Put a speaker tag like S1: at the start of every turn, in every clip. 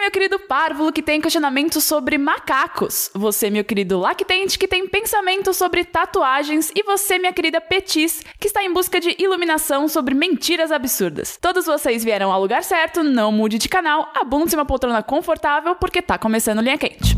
S1: meu querido párvulo que tem questionamentos sobre macacos. Você, meu querido lactente, que tem pensamentos sobre tatuagens. E você, minha querida Petis, que está em busca de iluminação sobre mentiras absurdas. Todos vocês vieram ao lugar certo, não mude de canal, abunde uma poltrona confortável, porque tá começando linha quente.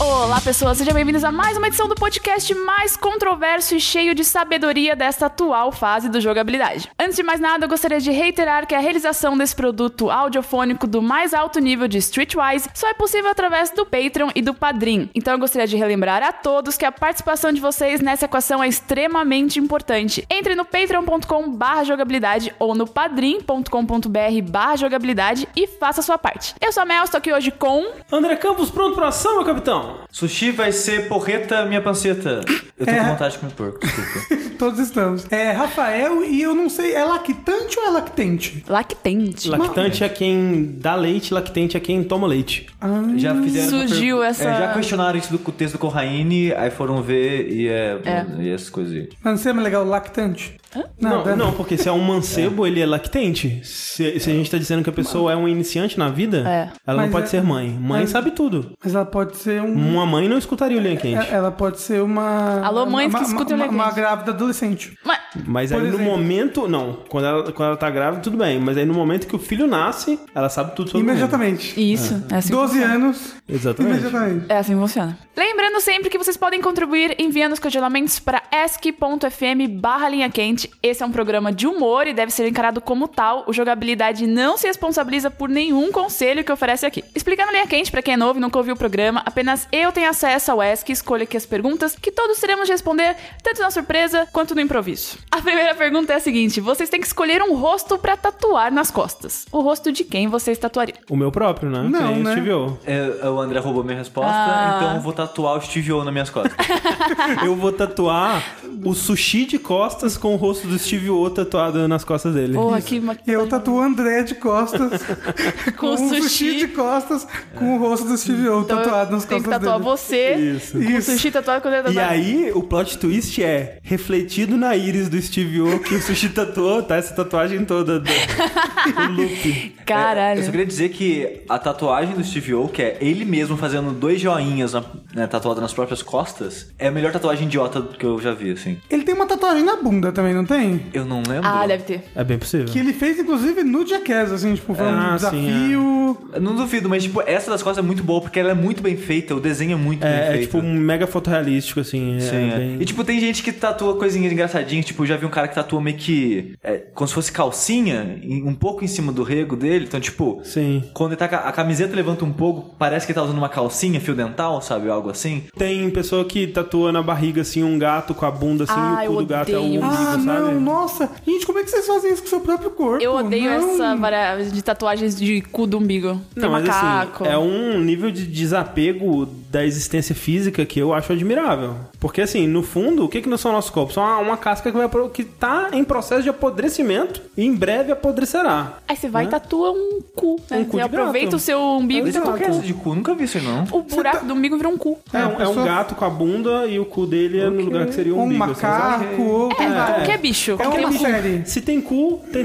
S1: Olá, pessoas, sejam bem-vindos a mais uma edição do podcast mais controverso e cheio de sabedoria desta atual fase do jogabilidade. Antes de mais nada, eu gostaria de reiterar que a realização desse produto audiofônico do mais alto nível de Streetwise só é possível através do Patreon e do Padrim. Então eu gostaria de relembrar a todos que a participação de vocês nessa equação é extremamente importante. Entre no patreon.com/barra jogabilidade ou no padrim.com.br/barra jogabilidade e faça a sua parte. Eu sou a Mel, estou aqui hoje com.
S2: André Campos, pronto pra ação, meu capitão?
S3: Sushi vai ser porreta minha panceta. Eu tô
S4: É.
S3: com vontade de comer porco, desculpa.
S4: Todos estamos. É Rafael e eu não sei, é lactante ou é lactente?
S1: Lactente.
S2: Lactante é quem dá leite, lactente é quem toma leite.
S4: Ah,
S3: já fizeram uma
S1: Surgiu
S3: pergu-
S1: essa-
S3: É, já questionaram isso do co- texto do Corraine, aí foram ver e é, e essas coisas aí.
S4: Mas não sei é mais legal, lactante.
S2: Não,
S4: Nada.
S2: não, porque se é um mancebo, ele é lactente. Se, se a gente tá dizendo que a pessoa é um iniciante na vida,
S1: É.
S2: ela não
S4: Mas
S2: pode
S4: é-
S2: ser mãe. Mãe
S4: mas-
S2: sabe tudo.
S4: Mas ela pode ser um. é,
S2: Uma mãe não escutaria o linha quente.
S4: Ela pode ser uma.
S1: Alô, mães
S4: uma,
S1: que escutam
S4: uma,
S1: o Lactante.
S4: uma grávida adolescente.
S1: Mas,
S2: Mas
S4: Por
S2: aí no
S4: exemplo.
S2: momento, não. Quando ela, quando ela tá grávida, tudo bem. Mas aí no momento que o filho nasce, ela sabe tudo sobre o menino.
S4: Imediatamente.
S1: isso, é, assim que
S4: 12
S1: funciona.
S4: anos.
S2: Exatamente.
S4: Imediatamente.
S1: É assim que funciona. Lembrando sempre que vocês podem contribuir enviando os questionamentos para ask.fm barra linha quente. Esse é um programa de humor e deve ser encarado como tal. O Jogabilidade não se responsabiliza por nenhum conselho que oferece aqui. Explicando linha quente para quem é novo e nunca ouviu o programa, apenas eu tenho acesso ao ask e escolho aqui as perguntas que todos teremos de responder, tanto na surpresa quanto no improviso. A primeira pergunta é a seguinte, vocês têm que escolher um rosto para tatuar nas costas. O rosto de quem vocês tatuariam?
S2: O meu próprio, né?
S4: Não,
S2: que nem o
S4: né?
S2: Steve O.
S3: É, o André roubou minha resposta,
S1: Ah.
S3: então eu vou tatuar o Steve O nas minhas costas. É,
S2: Eu vou tatuar o sushi de costas com o rosto do Steve O tatuado nas catuado costas dele.
S1: Porra, que... ma-
S4: Eu tatuo o André de costas
S1: Com
S4: com o sushi.
S1: sushi.
S4: de costas com o rosto do Steve O
S1: Então,
S4: tatuado nas
S1: tem que
S4: costas
S1: tatuar
S4: dele.
S1: você.
S2: Isso.
S1: Com
S4: Isso.
S1: sushi tatuado quando ele tá
S2: E
S1: tatuado.
S2: aí, o plot twist é refletido na íris do Steve O que o sushi tatuou, tá? Essa tatuagem toda do, do loop.
S1: Caralho.
S3: É, eu só queria dizer que a tatuagem do Steve O, que é ele mesmo fazendo dois joinhas na, né, tatuado nas próprias costas, é a melhor tatuagem idiota que eu já vi, assim.
S4: Ele tem uma tatuagem na bunda também, não tem?
S3: Eu não lembro.
S1: Ah, deve ter.
S2: É bem possível.
S4: Que ele fez, inclusive, no Jackass, assim, tipo, foi um
S2: Ah, sim,
S4: desafio.
S3: Eu Não duvido, mas tipo, essa das costas é muito boa porque ela é muito bem feita, o desenho é muito bem
S2: É, é
S3: feito.
S2: tipo um mega fotorrealístico, assim.
S3: Sim,
S2: é,
S3: é.
S2: bem...
S3: E tipo, tem gente que tatua coisinhas engraçadinhas, tipo, eu já vi um cara que tatua meio que. é, como se fosse calcinha, em- um pouco em cima do rego dele. Então, tipo,
S2: Sim.
S3: quando ele tá, ca- a camiseta levanta um pouco, parece que ele tá usando uma calcinha, fio dental, sabe? Algo assim.
S2: Tem pessoa que tatua na barriga, assim, um gato com a bunda, assim,
S1: Ah,
S2: e o
S1: eu
S2: cu do gato é o
S1: odeio
S2: umbigo,
S1: isso.
S4: Ah,
S2: sabe?
S4: não, nossa. Gente, como é que vocês fazem isso com o seu próprio corpo?
S1: Eu odeio
S4: Não.
S1: essa variedade de tatuagens de cu do umbigo. Tem
S2: Não, mas
S1: macaco.
S2: assim, é um nível de desapego da existência física que eu acho admirável. Porque assim, no fundo, o que, que não são nossos corpos? São uma, uma casca que, vai, pro- que tá em processo de apodrecimento e em breve apodrecerá.
S1: Aí você vai e tatua um cu, né?
S2: Um cu
S1: você
S2: de
S1: aproveita
S2: gato.
S1: o seu umbigo e
S3: Mas eu tô
S1: tatua
S3: com essa
S1: um cu.
S3: de cu, nunca vi isso aí não.
S1: O buraco
S4: tá-
S1: do umbigo vira um cu.
S2: É, um, é um
S4: pessoa-
S2: gato com a bunda e o cu dele é no lugar que seria o
S4: Ou um
S2: umbigo. assim, sabe?
S4: macaco, ou...
S1: É, qualquer bicho.
S4: É
S1: qualquer
S4: uma
S1: bicho.
S4: série.
S2: Se tem cu, tem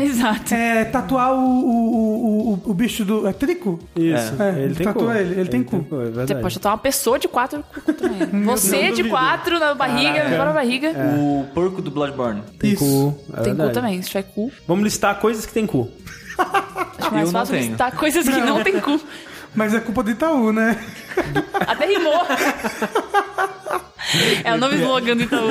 S1: Exato.
S4: É, tatuar o, o, o, o, o bicho do... É trico?
S2: Isso,
S4: É,
S2: ele tem
S4: tatua
S2: cu.
S4: ele, ele tem cu.
S2: é
S1: Você
S2: verdade.
S1: pode tatuar uma pessoa de quatro no cu também. Você
S2: não
S1: de
S2: duvido.
S1: quatro na barriga,
S2: Caraca.
S1: fora da barriga.
S2: É.
S3: O porco do Bloodborne.
S2: Tem
S4: Isso.
S2: cu. é
S1: Tem cu
S2: verdade.
S1: também, se tiver cu.
S2: Vamos listar coisas que tem cu.
S1: Acho mais
S3: não
S1: fácil
S3: tenho.
S1: listar coisas que não tem cu.
S4: Mas é culpa do Itaú, né?
S1: Até rimou. É o novo slogan do Itaú.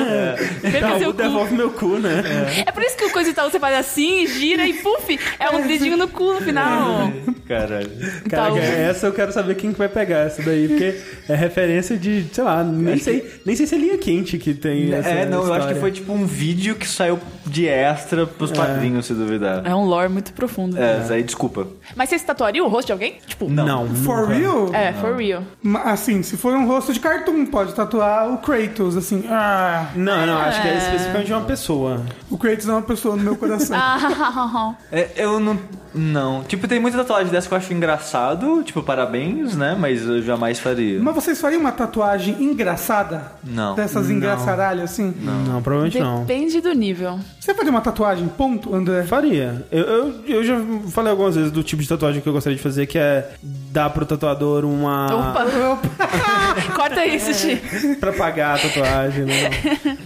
S1: Perca
S2: Tá,
S1: seu
S2: o
S1: cu.
S2: devolve meu cu, né?
S1: É por isso que o coisa do Itaú você faz assim, gira e puf, é um dedinho no cu no final.
S3: É. Caralho.
S1: Itaú.
S3: Então,
S2: Caraca, é, essa eu quero saber quem que vai pegar essa daí, porque é referência de, sei lá, nem sei, nem sei se é linha quente que tem essa
S3: É, não, eu acho que
S2: história. É.
S3: foi tipo um vídeo que saiu de extra pros padrinhos, se duvidar.
S1: É um lore muito profundo.
S3: É, isso aí desculpa.
S1: Mas você tatuariam o rosto de alguém? Tipo,
S2: Não,
S4: For
S2: nunca.
S4: real?
S1: é, for real.
S4: Ma- Assim, se for um rosto de cartoon, pode tatuar o Kratos, assim. Ah,
S2: Não, não, acho que é especificamente uma pessoa.
S4: o Kratos é uma pessoa no meu coração.
S1: Ah,
S3: É, eu não. Não. Tipo, tem muita tatuagem dessa que eu acho engraçado. Tipo, parabéns, né? Mas eu jamais faria.
S4: Mas vocês fariam uma tatuagem engraçada?
S3: Não.
S4: Dessas engraçaralhas, assim?
S2: Não, provavelmente não.
S1: depende do nível.
S4: Você faria uma tatuagem, ponto, André?
S2: Faria. Eu, eu, eu já falei algumas vezes do tipo de tatuagem que eu gostaria de fazer, que é dar pro tatuador uma.
S1: Opa,
S4: Opa,
S1: corta isso, Ti.
S2: pra pagar a tatuagem, né?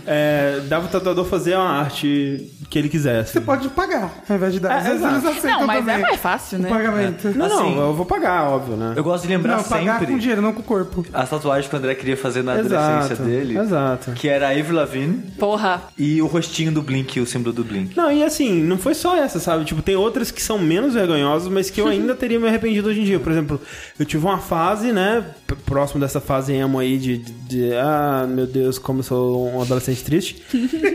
S2: É, dá pro tatuador fazer a arte que ele quisesse.
S4: Você pode pagar, ao invés de dar. Às vezes eles aceitam
S1: Não, mas é
S4: também
S1: mais fácil,
S4: o
S1: né?
S4: pagamento.
S2: Não, não,
S3: Assim.
S2: eu vou pagar, óbvio, né?
S3: Eu gosto de lembrar
S4: Não,
S3: sempre.
S4: pagar com dinheiro, não com o corpo.
S3: as tatuagens que o André queria fazer na adolescência
S2: Exato,
S3: dele.
S2: exato.
S3: Que era a Avril Lavigne
S1: Porra.
S3: e o rostinho do Blink, o símbolo do Blink.
S2: Não, e assim, não foi só essa, sabe? Tipo, tem outras que são menos vergonhosas, mas que eu ainda teria me arrependido hoje em dia. Por exemplo, eu tive uma fase, né? p- Próximo dessa fase emo aí de, de, de, Ah, meu Deus, como eu sou um adolescente triste.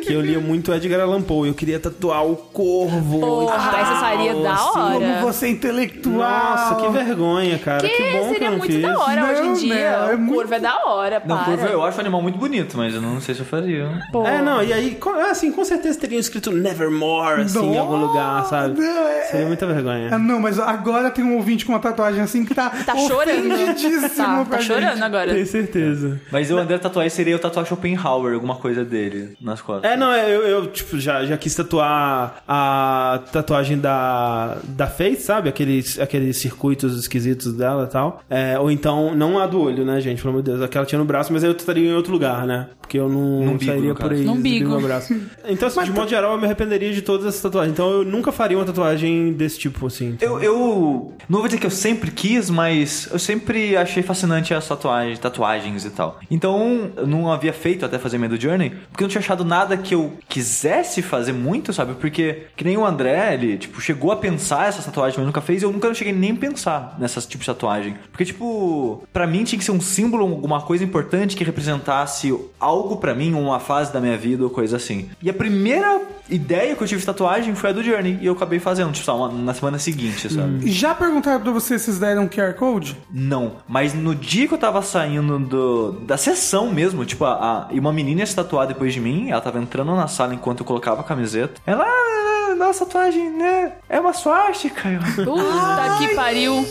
S2: que eu lia muito Edgar Allan Poe. Eu queria tatuar o corvo.
S1: Porra,
S2: e tal,
S1: essa seria da
S2: assim.
S1: hora.
S4: Como você é intelectual.
S2: Nossa, que vergonha, cara. Que,
S1: Que
S2: bom que
S1: seria
S2: eu não
S1: muito
S2: fiz.
S1: da hora
S4: Não,
S1: hoje em dia.
S4: né? É
S1: o
S4: muito-
S1: curva é da hora, para.
S3: Não, curva eu acho um animal muito bonito, mas eu não sei se eu faria.
S1: Pô.
S2: É, não, e aí, co- assim, com certeza teriam escrito Nevermore, assim, em algum lugar, sabe?
S4: Não, é-
S2: Seria muita vergonha.
S4: Ah, não, mas agora tem um ouvinte com uma tatuagem assim que tá,
S1: Tá chorando.
S4: ofendidíssimo
S1: Tá,
S4: com
S1: tá
S4: a
S1: chorando
S4: gente.
S1: agora.
S2: Tenho certeza.
S3: Mas o André tatuagem seria o tatuar Schopenhauer, alguma coisa dele nas costas.
S2: É, não, eu, eu, tipo, já, já quis tatuar a tatuagem da, da Faith, sabe? Aqueles, aqueles circuitos esquisitos dela e tal. É, ou então, não a do olho, né, gente? Pelo amor de Deus. Aquela tinha no braço, mas eu tatuaria em outro lugar, né? Porque eu não,
S3: No umbigo,
S2: sairia
S3: no
S2: por
S3: caso.
S2: aí.
S1: No
S2: exibir
S1: umbigo.
S2: Meu braço. Então, assim, de modo geral, eu me arrependeria de todas essas tatuagens. Então, eu nunca faria uma tatuagem desse tipo, assim.
S3: Eu, eu não vou dizer que eu sempre quis, mas eu sempre achei fascinante as tatuagens, tatuagens e tal. Então, eu não havia feito até fazer Medo Journey, porque eu não tinha achado nada que eu quisesse fazer muito, sabe? Porque, que nem o André, ele, tipo, chegou a pensar essas tatuagens, mas nunca fez, eu nunca cheguei nem a pensar nessas tipos de tatuagem. Porque, tipo, pra mim tinha que ser um símbolo, alguma coisa importante que representasse algo pra mim, uma fase da minha vida ou coisa assim. E a primeira ideia que eu tive de tatuagem foi a do Journey, e eu acabei fazendo, tipo, só uma- na semana seguinte, sabe?
S4: Já perguntaram pra vocês se vocês deram QR Code?
S3: Não, mas no dia que eu tava saindo do- da sessão mesmo, tipo, a, a- e uma menina ia se tatuar depois de mim, ela tava entrando na sala enquanto eu colocava a camiseta. Ela, "Ah, nossa tatuagem, né? É uma suástica. Eu-
S1: Puta que pariu.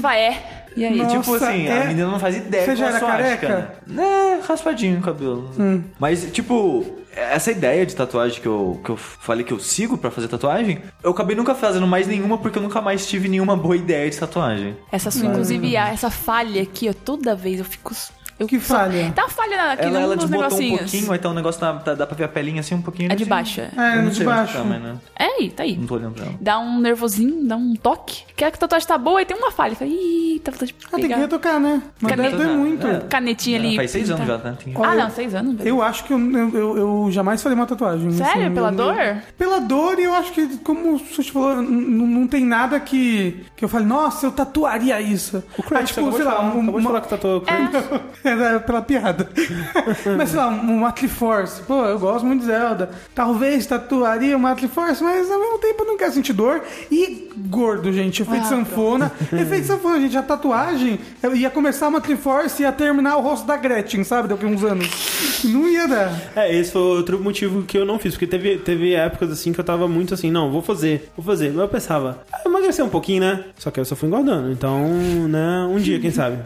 S1: Vai, é. E aí?
S3: E
S4: Nossa,
S3: tipo assim,
S4: é?
S3: a menina não faz ideia
S4: Você
S3: que
S4: já
S3: é
S4: era
S3: uma suástica,
S4: careca? Hum.
S3: Né? É, raspadinho o cabelo. Mas, tipo, essa ideia de tatuagem que eu, que eu falei que eu sigo pra fazer tatuagem, eu acabei nunca fazendo mais nenhuma porque eu nunca mais tive nenhuma boa ideia de tatuagem.
S1: Essa sua, inclusive, a- essa falha aqui, ó, toda vez eu fico. Eu
S4: Que
S1: só-
S4: falha?
S1: Dá uma falha na- aqui
S3: Ela,
S1: num
S3: ela
S1: dos
S3: desbotou um
S1: negocinhos.
S3: pouquinho, então o negócio tá- tá- dá pra ver a pelinha assim um pouquinho.
S1: É de
S3: assim.
S1: baixo. É,
S4: É,
S3: Eu não
S4: de
S3: sei onde
S4: baixo.
S3: tá, mas, né?
S1: É aí, tá aí.
S3: Não tô olhando pra ela.
S1: Dá um nervosinho, dá um toque. Quer que a tatuagem tá boa e tem uma falha. Fala, Ih, tá vontade de
S4: Ah, tem que
S1: pegar.
S4: retocar, né? Mas
S1: Cadê?
S4: deve doer
S3: Não,
S4: muito.
S3: é.
S1: Canetinha
S3: Ela
S1: ali.
S3: Faz seis anos
S1: pintar.
S3: já, né? Tem-
S1: Ah,
S4: Olha,
S1: não, seis anos. velho.
S4: Eu acho que eu, eu, eu- eu jamais faria uma tatuagem.
S1: Sério?
S4: assim,
S1: Pela
S4: eu-
S1: dor?
S4: Pela dor, e eu acho que, como o Sushi falou, n- n- não tem nada que, que eu fale, nossa, eu tatuaria isso.
S2: O Craig,
S4: Ah,
S2: você acabou de falar, tipo,
S4: um-
S2: acabou de
S4: uma-
S2: falar que tatuou
S1: É,
S2: o Craig.
S4: Era pela piada. mas sei lá, um Atli Force. Pô, eu gosto muito de Zelda. Talvez tatuaria um Atli Force, mas ao mesmo tempo eu não quero sentir dor. E gordo, gente. Efeito
S1: Ah,
S4: sanfona. Efeito sanfona, gente. A tatuagem eu ia começar uma Atli Force e ia terminar o rosto da Gretchen, sabe? Daqui a uns anos. Não ia dar.
S2: É, esse foi outro motivo que eu não fiz, porque teve, teve épocas assim que eu tava muito assim, não, vou fazer, vou fazer. Mas eu pensava, ah, emagrecer um pouquinho, né? Só que eu só fui engordando, então, né, um dia, quem sabe.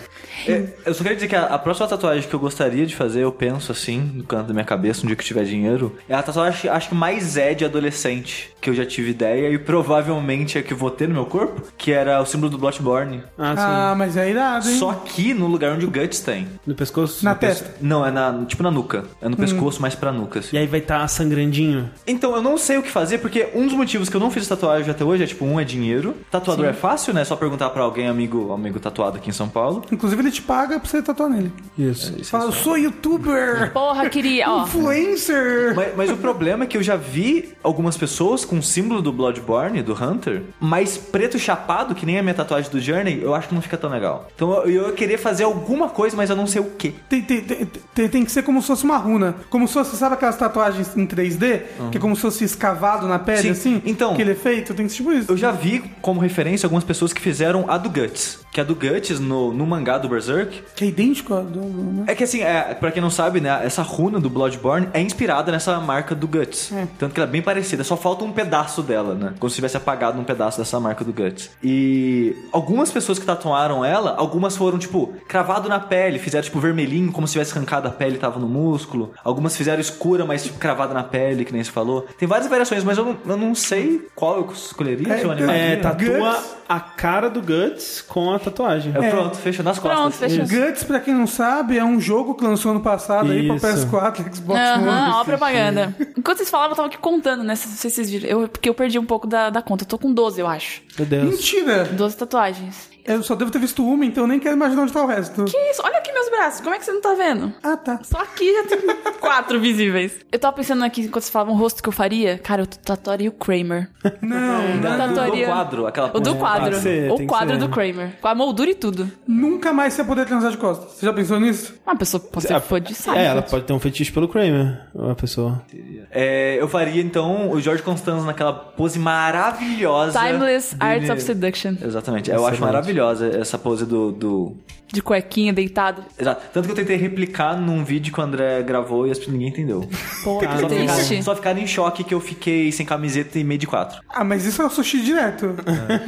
S3: É, eu só queria dizer que a, a próxima tatuagem que eu gostaria de fazer, eu penso assim, no canto da minha cabeça, um dia que eu tiver dinheiro, é a tatuagem que acho que mais é de adolescente, que eu já tive ideia e provavelmente é que eu vou ter no meu corpo, que era o símbolo do Bloodborne.
S2: Ah, sim.
S4: Ah, mas é irado, hein?
S3: Só que no lugar onde o Guts tem.
S2: No pescoço?
S4: Na
S2: No pescoço.
S4: testa.
S3: Não, é na, tipo na nuca. É no pescoço, mas pra nuca, assim.
S2: E aí vai estar tá sangrandinho.
S3: Então, eu não sei o que fazer, porque um dos motivos que eu não fiz tatuagem até hoje é, tipo, um é dinheiro. Tatuador é fácil, né? É só perguntar pra alguém, amigo, amigo tatuado aqui em São Paulo.
S4: Inclusive ele te paga pra você tatuar nele.
S2: Isso.
S3: Isso é
S4: Fala, eu sou youtuber,
S1: Porra, queria, ó.
S4: influencer.
S3: Mas, mas o problema é que eu já vi algumas pessoas com o símbolo do Bloodborne, do Hunter, mas preto chapado, que nem a minha tatuagem do Journey, eu acho que não fica tão legal. Então eu, eu queria fazer alguma coisa, mas eu não sei o quê.
S4: Tem, tem, tem, tem- tem que ser como se fosse uma runa. Como se fosse, sabe aquelas tatuagens em 3D? Que é como se fosse escavado na pele,
S3: Sim.
S4: assim?
S3: Então-
S4: Aquele efeito, tem que ser tipo isso.
S3: Eu já vi como referência algumas pessoas que fizeram a do Guts. que a do Guts no, no mangá do Berserk.
S4: Que é idêntico ao do. né?
S3: É que assim, é, pra quem não sabe, né, essa runa do Bloodborne é inspirada nessa marca do Guts. Tanto que ela é bem parecida, só falta um pedaço dela, né? Como se tivesse apagado um pedaço dessa marca do Guts. E algumas pessoas que tatuaram ela, algumas foram, tipo, cravado na pele, fizeram, tipo, vermelhinho, como se tivesse arrancado a pele e tava no músculo. Algumas fizeram escura, mas, tipo, cravada na pele, que nem se falou. Tem várias variações, mas eu não, eu não sei qual eu escolheria,
S4: É,
S3: se eu
S4: então-
S3: animaria.
S2: É,
S1: tá.
S4: Guts.
S2: tatua a cara do Guts com a tatuagem.
S3: É, Pronto, fecha nas costas.
S1: Pronto, fechou.
S4: Guts, pra quem não sabe, é um jogo que lançou ano passado aí pra
S2: Isso.
S4: PS4, Xbox
S1: Aham, ó
S4: One.
S1: a propaganda. Enquanto vocês falavam, eu tava aqui contando, né? Se- se vocês viram. Eu, porque eu perdi um pouco da, da conta. Eu tô com 12, eu acho.
S2: Meu Deus.
S4: Mentira!
S1: 12 tatuagens.
S4: Eu só devo ter visto uma, então eu nem quero imaginar onde tá o resto.
S1: Que isso? Olha aqui meus braços. Como é que você não tá vendo?
S4: Ah, tá.
S1: Só aqui já tem quatro visíveis. Eu tava pensando aqui, enquanto vocês falavam o um rosto que eu faria. Cara, eu tatuaria o Kramer.
S4: Não,
S1: Eu
S4: não,
S1: tatuaria...
S3: do quadro, aquela
S1: Então, O do
S3: ponta.
S1: quadro.
S2: que ser, É, né? tem
S1: o
S2: que
S1: quadro
S2: ser.
S1: do Kramer. Com a moldura e tudo.
S4: nunca mais você vai poder transar de costas. Você já pensou nisso?
S1: Uma pessoa pode ser fã de saco.
S2: É, ela pode ter um fetiche pelo Kramer, a pessoa.
S3: É, eu faria então o Jorge Constanzo naquela pose maravilhosa.
S1: Timeless
S3: dele.
S1: Arts of Seduction.
S3: Exatamente, eu acho
S2: Excelente.
S3: maravilhosa essa pose do, do.
S1: De cuequinha, deitado.
S3: Exato. Tanto que eu tentei replicar num vídeo que o André gravou e as- ninguém entendeu.
S1: Pô, que
S3: Só
S1: triste.
S3: ficaram, só ficaram em choque que eu fiquei sem camiseta e meio de quatro.
S4: Ah, mas isso é o sushi direto.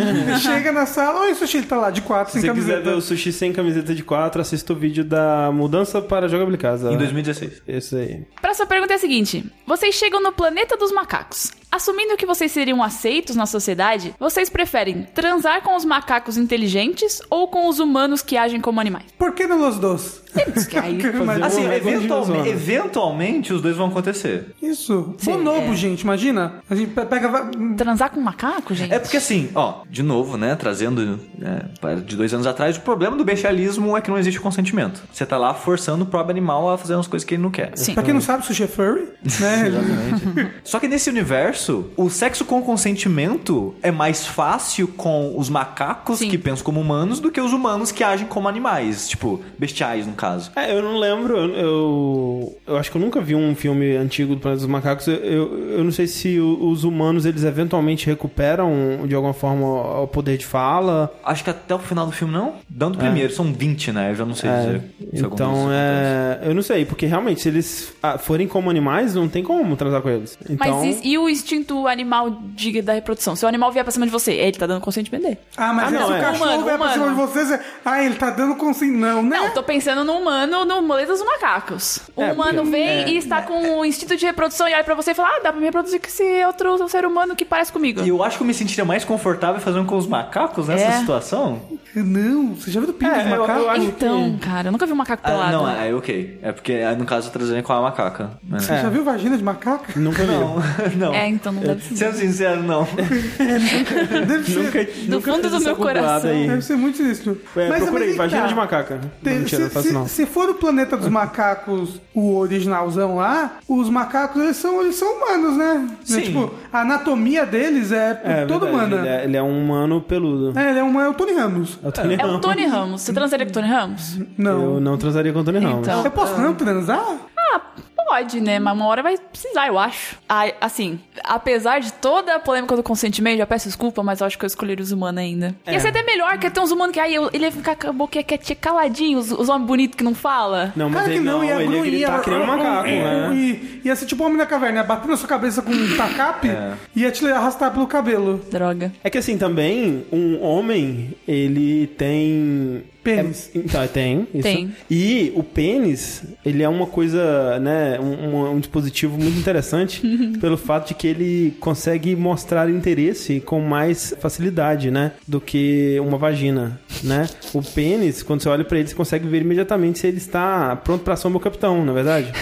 S4: Ele Chega na sala, oi, sushi, ele tá lá de quatro,
S2: Se
S4: sem
S2: você quiser ver
S4: camiseta.
S2: o sushi sem camiseta de 4, assista o vídeo da mudança para jogabilidade casa.
S3: Em 2016.
S2: Isso aí.
S1: Próxima pergunta é a seguinte: Vocês chegam no planeta dos macacos. Assumindo que vocês seriam aceitos na sociedade, vocês preferem transar com os macacos inteligentes ou com os humanos que agem como animais?
S4: Por que não los dos?
S1: Isso que É, aí-
S2: Fazer um
S3: Assim,
S4: é
S2: uma mesma
S3: eventualmente,
S2: zona.
S3: eventualmente os dois vão acontecer.
S4: Isso.
S1: Assim, Sim,
S4: Bonobo,
S1: é.
S4: gente, imagina. A gente pe- pega. va-
S1: Transar com um macaco, gente?
S3: É porque assim, ó, de novo, né, trazendo né, para- de dois anos atrás, o problema do bestialismo é que não existe consentimento. Você tá lá forçando o próprio animal a fazer umas coisas que ele não quer.
S1: Sim.
S4: Pra quem não sabe, sushi é furry, né? Ele-
S3: Só que nesse universo, o sexo com consentimento é mais fácil com os macacos
S1: Sim.
S3: que pensam como humanos do que os humanos que agem como animais, tipo, bestiais no caso.
S2: É, eu não lembro, eu, eu, eu acho que eu nunca vi um filme antigo do Planeta dos Macacos. Eu, eu, eu não sei se o- os humanos eles eventualmente recuperam de alguma forma o poder de fala.
S3: Acho que até o final do filme não? Dando primeiro, são 20, né? Eu já não sei dizer. se
S2: É.
S3: algum
S2: Então,
S3: desses acontece.
S2: é, eu não sei, porque realmente, se eles ah, forem como animais, não tem como transar com eles. Então,
S1: Mas e, e o instinto animal de, da reprodução? Se o animal vier pra cima de você, ele tá dando consentimento dele.
S4: Ah, mas
S2: Ah,
S4: aí
S2: não,
S4: se o
S2: é.
S4: cachorro
S1: Humano,
S4: vai pra cima de
S1: humano.
S4: vocês, é... ah, ele tá dando consenso. Não, né?
S1: Não, tô pensando no humano, no muleta dos macacos. O
S2: É,
S1: humano
S2: porque-
S1: vem
S2: é,
S1: e está com o instinto de reprodução e olha pra você e fala: Ah, dá pra me reproduzir com esse outro ser humano que parece comigo.
S3: E eu acho que eu me sentiria mais confortável fazendo com os macacos nessa
S1: É.
S3: situação.
S4: Não, você já viu do pinto
S2: É,
S4: de
S2: eu-
S4: macaco?
S2: eu acho-
S1: Então, cara, eu nunca vi um macaco
S3: Ah,
S1: pelado.
S3: não, é, ok. É porque, ah, no caso, eu trazer com a macaca. né?
S4: Você já viu vagina de macaco?
S2: é. nunca vi.
S3: Não, não.
S1: É, então não deve ser.
S3: Sendo sincero, não.
S4: Deve ser,
S2: Nunca,
S1: Do
S2: nunca
S1: fundo
S2: fiz
S1: do
S2: essa
S1: meu
S2: acumulada
S1: coração.
S2: Aí.
S4: deve ser muito sinistro.
S2: É,
S4: Mas
S2: procurei,
S4: aí que
S2: vagina
S4: tá.
S2: de macaca.
S4: Tem-
S2: não, mentira, não
S4: se,
S2: faço
S4: se-
S2: não.
S4: se for o planeta dos macacos, o originalzão lá, os macacos eles são, eles são humanos, né?
S3: Sim.
S4: É, tipo, a anatomia deles é,
S2: É,
S4: toda
S2: verdade,
S4: humana.
S2: Ele é, ele é um humano peludo.
S4: É, ele é, um, é o Tony Ramos.
S2: É o Tony
S1: É o
S2: Ramos.
S1: Tony Ramos. Você transaria com o Tony Ramos?
S4: Não.
S2: Eu
S4: Eu,
S2: não transaria com o Tony Ramos.
S1: Então.
S4: posso não transar?
S1: Ah, pode, né? Mas uma hora vai precisar, eu acho. Ah, assim, apesar de toda a polêmica do consentimento, já peço desculpa, mas eu acho que eu escolheria os humanos ainda.
S3: É.
S1: Ia ser até melhor, que tem uns humanos que aí eu- ele ia ficar com a boquinha quietinha, caladinho, os, os homens bonitos que não falam.
S2: Não, mas
S4: Claro que
S2: ele
S4: não,
S2: não,
S4: ia
S2: ele,
S4: grunhir.
S2: ele tá
S4: ia-
S2: criando um macaco,
S4: ia-
S2: né?
S4: ia- Ia ser tipo um homem na caverna, ia bater na sua cabeça com um tacape e ia te arrastar pelo cabelo.
S1: Droga.
S2: É que assim, também, um homem, ele tem...
S4: Pênis.
S2: É, então, tem, isso.
S1: Tem.
S2: E o pênis, ele é uma coisa, né, um, um- um dispositivo muito interessante pelo fato de que ele consegue mostrar interesse com mais facilidade, né, do que uma vagina, né? O pênis, quando você olha pra ele, você consegue ver imediatamente se ele está pronto pra sombra o capitão, na é verdade?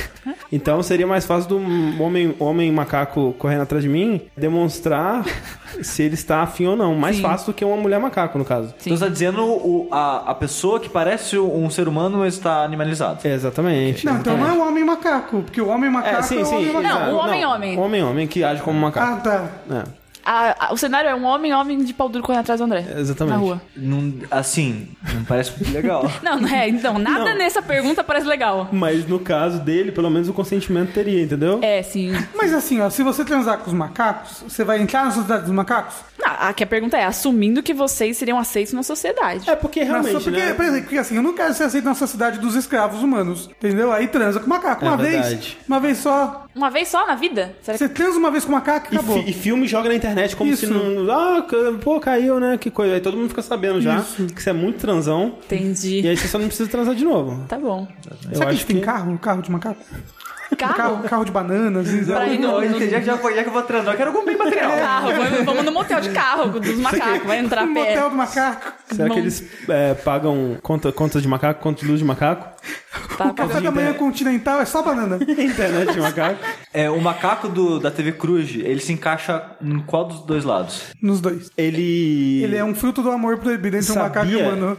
S2: Então seria mais fácil do homem, homem macaco correndo atrás de mim demonstrar se ele está afim ou não. Mais
S1: Sim.
S2: fácil do que uma mulher macaco, no caso.
S1: Sim.
S3: Então você tá dizendo o- a, a pessoa que parece um ser humano, mas tá animalizado.
S2: Exatamente.
S4: Não, então
S2: exatamente.
S4: não é um homem macaco, porque o homem macaco é,
S2: um
S4: o homem macaco.
S2: exato.
S1: Não, o homem-homem.
S2: Homem-homem que age como
S4: Ah,
S2: macaco.
S4: tá.
S2: É,
S1: A- a- o cenário é um homem, homem de pau duro correndo atrás do André.
S3: É,
S2: Exatamente.
S1: Na rua.
S3: Não, assim, não parece legal.
S1: Não, não é. Então, nada
S2: Não.
S1: nessa pergunta parece legal.
S2: Mas no caso dele, pelo menos o consentimento teria, entendeu?
S1: É, sim.
S4: Mas assim, ó, se você transar com os macacos, você vai entrar na sociedade dos macacos?
S1: Ah, Aqui a pergunta é, assumindo que vocês seriam aceitos na sociedade.
S2: É porque
S4: Na
S2: realmente,
S4: sua- porque,
S2: né?
S4: por exemplo, porque assim, eu não quero ser aceito na sociedade dos escravos humanos, entendeu? Aí transa com macaco
S2: É
S4: uma vez,
S2: verdade.
S4: uma vez só.
S1: Uma vez só na vida? Será que...
S4: Você transa uma vez com macaco e
S2: E,
S4: acabou.
S2: fi- e filme joga na internet como se
S4: Isso.
S2: não. Ah, ca- pô, caiu, né? Que coisa. Aí todo mundo fica sabendo já
S4: Isso.
S2: que você é muito transão. E
S1: Entendi.
S2: aí você só não precisa transar de novo.
S1: Tá bom.
S2: Eu
S4: Será que a
S2: acho
S4: gente tem carro? Carro de macaco?
S1: Carro?
S4: Carro, carro de bananas?
S1: Pra ir no- no-
S3: já, já, foi- já que eu vou transar, eu quero algum bem material.
S1: Carro, vamos- vamos no motel de carro dos macacos, vai entrar
S4: Um
S1: a pé.
S4: motel do macaco.
S2: Será
S1: Não.
S2: que eles é, pagam conta, conta de macaco, conta de luz de macaco?
S1: Tá,
S4: O café da manhã continental é só banana.
S2: Internet de macaco?
S3: É, o macaco do- da TV Cruz, ele se encaixa em qual dos dois lados?
S4: Nos dois.
S2: Ele.
S4: Ele é um fruto do amor proibido entre um
S2: Sabia?
S4: macaco e um humano.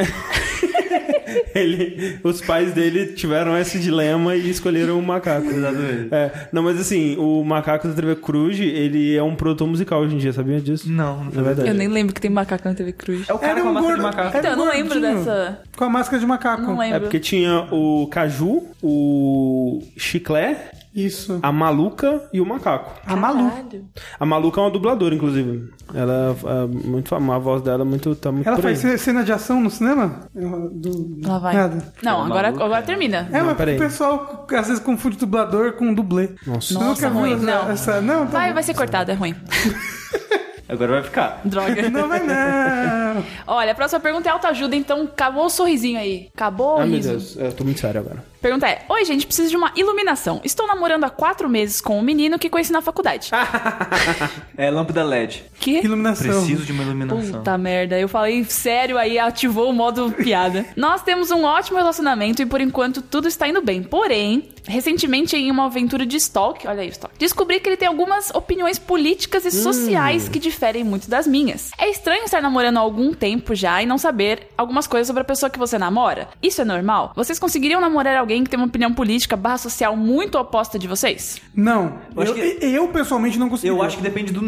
S2: ele- os pais dele tiveram esse dilema e escolheram o macaco.
S3: Exatamente.
S2: É, não, mas assim, o macaco da TV Cruz, ele é um produtor musical hoje em dia, sabia disso?
S3: Não, não
S2: É verdade.
S1: Eu nem lembro que tem macaco na TV Cruz.
S3: É o cara
S4: Era
S3: com a
S4: um
S3: máscara de
S4: gordo-
S3: macaco.
S1: Então, eu não lembro
S4: gordinho.
S1: dessa.
S4: Com a máscara de macaco.
S1: Não
S2: É
S1: lembro.
S2: porque tinha o Caju, o Chiclé,
S4: Isso.
S2: a Maluca e o Macaco.
S4: A Malu.
S1: Caralho.
S2: A Maluca é uma dubladora, inclusive. Ela é muito famosa, a voz dela é muito, tá muito
S4: Ela
S2: por
S4: faz
S2: aí.
S4: cena de ação no cinema? Ela- Do...
S1: Lá vai.
S4: Nada.
S1: Não,
S3: Ela é
S1: agora,
S3: maluca,
S1: agora termina.
S4: É,
S2: Não,
S4: mas
S2: peraí.
S4: o pessoal às vezes confunde dublador com dublê.
S2: Nossa.
S4: Você nunca
S1: Nossa,
S4: viu
S1: ruim.
S4: essa-
S1: Não.
S4: Essa... Não, tá
S1: Vai,
S4: bom.
S1: vai ser cortado, é ruim.
S3: Agora vai ficar.
S1: Droga.
S4: Não vai não.
S1: Olha, a próxima pergunta é autoajuda, então acabou o sorrisinho aí. Acabou o
S2: Ah, meu
S1: riso.
S2: Deus, eu tô muito sério agora.
S1: Pergunta é: Oi, gente, preciso de uma iluminação. Estou namorando há quatro meses com um menino que conheci na faculdade.
S3: É lâmpada LED.
S1: que?
S4: Iluminação.
S3: Preciso de uma iluminação.
S1: Puta merda, eu falei sério aí, ativou o modo piada. Nós temos um ótimo relacionamento e por enquanto tudo está indo bem. Porém, recentemente em uma aventura de stalk, olha aí o stalk, descobri que ele tem algumas opiniões políticas e sociais que diferem muito das minhas. É estranho estar namorando há algum tempo já e não saber algumas coisas sobre a pessoa que você namora. Isso é normal? Vocês conseguiriam namorar alguém que tem uma opinião política barra social muito oposta de vocês?
S4: Não.
S3: Eu
S4: Eu,
S3: acho
S4: eu, pessoalmente não consigo.
S3: Eu acho que depende do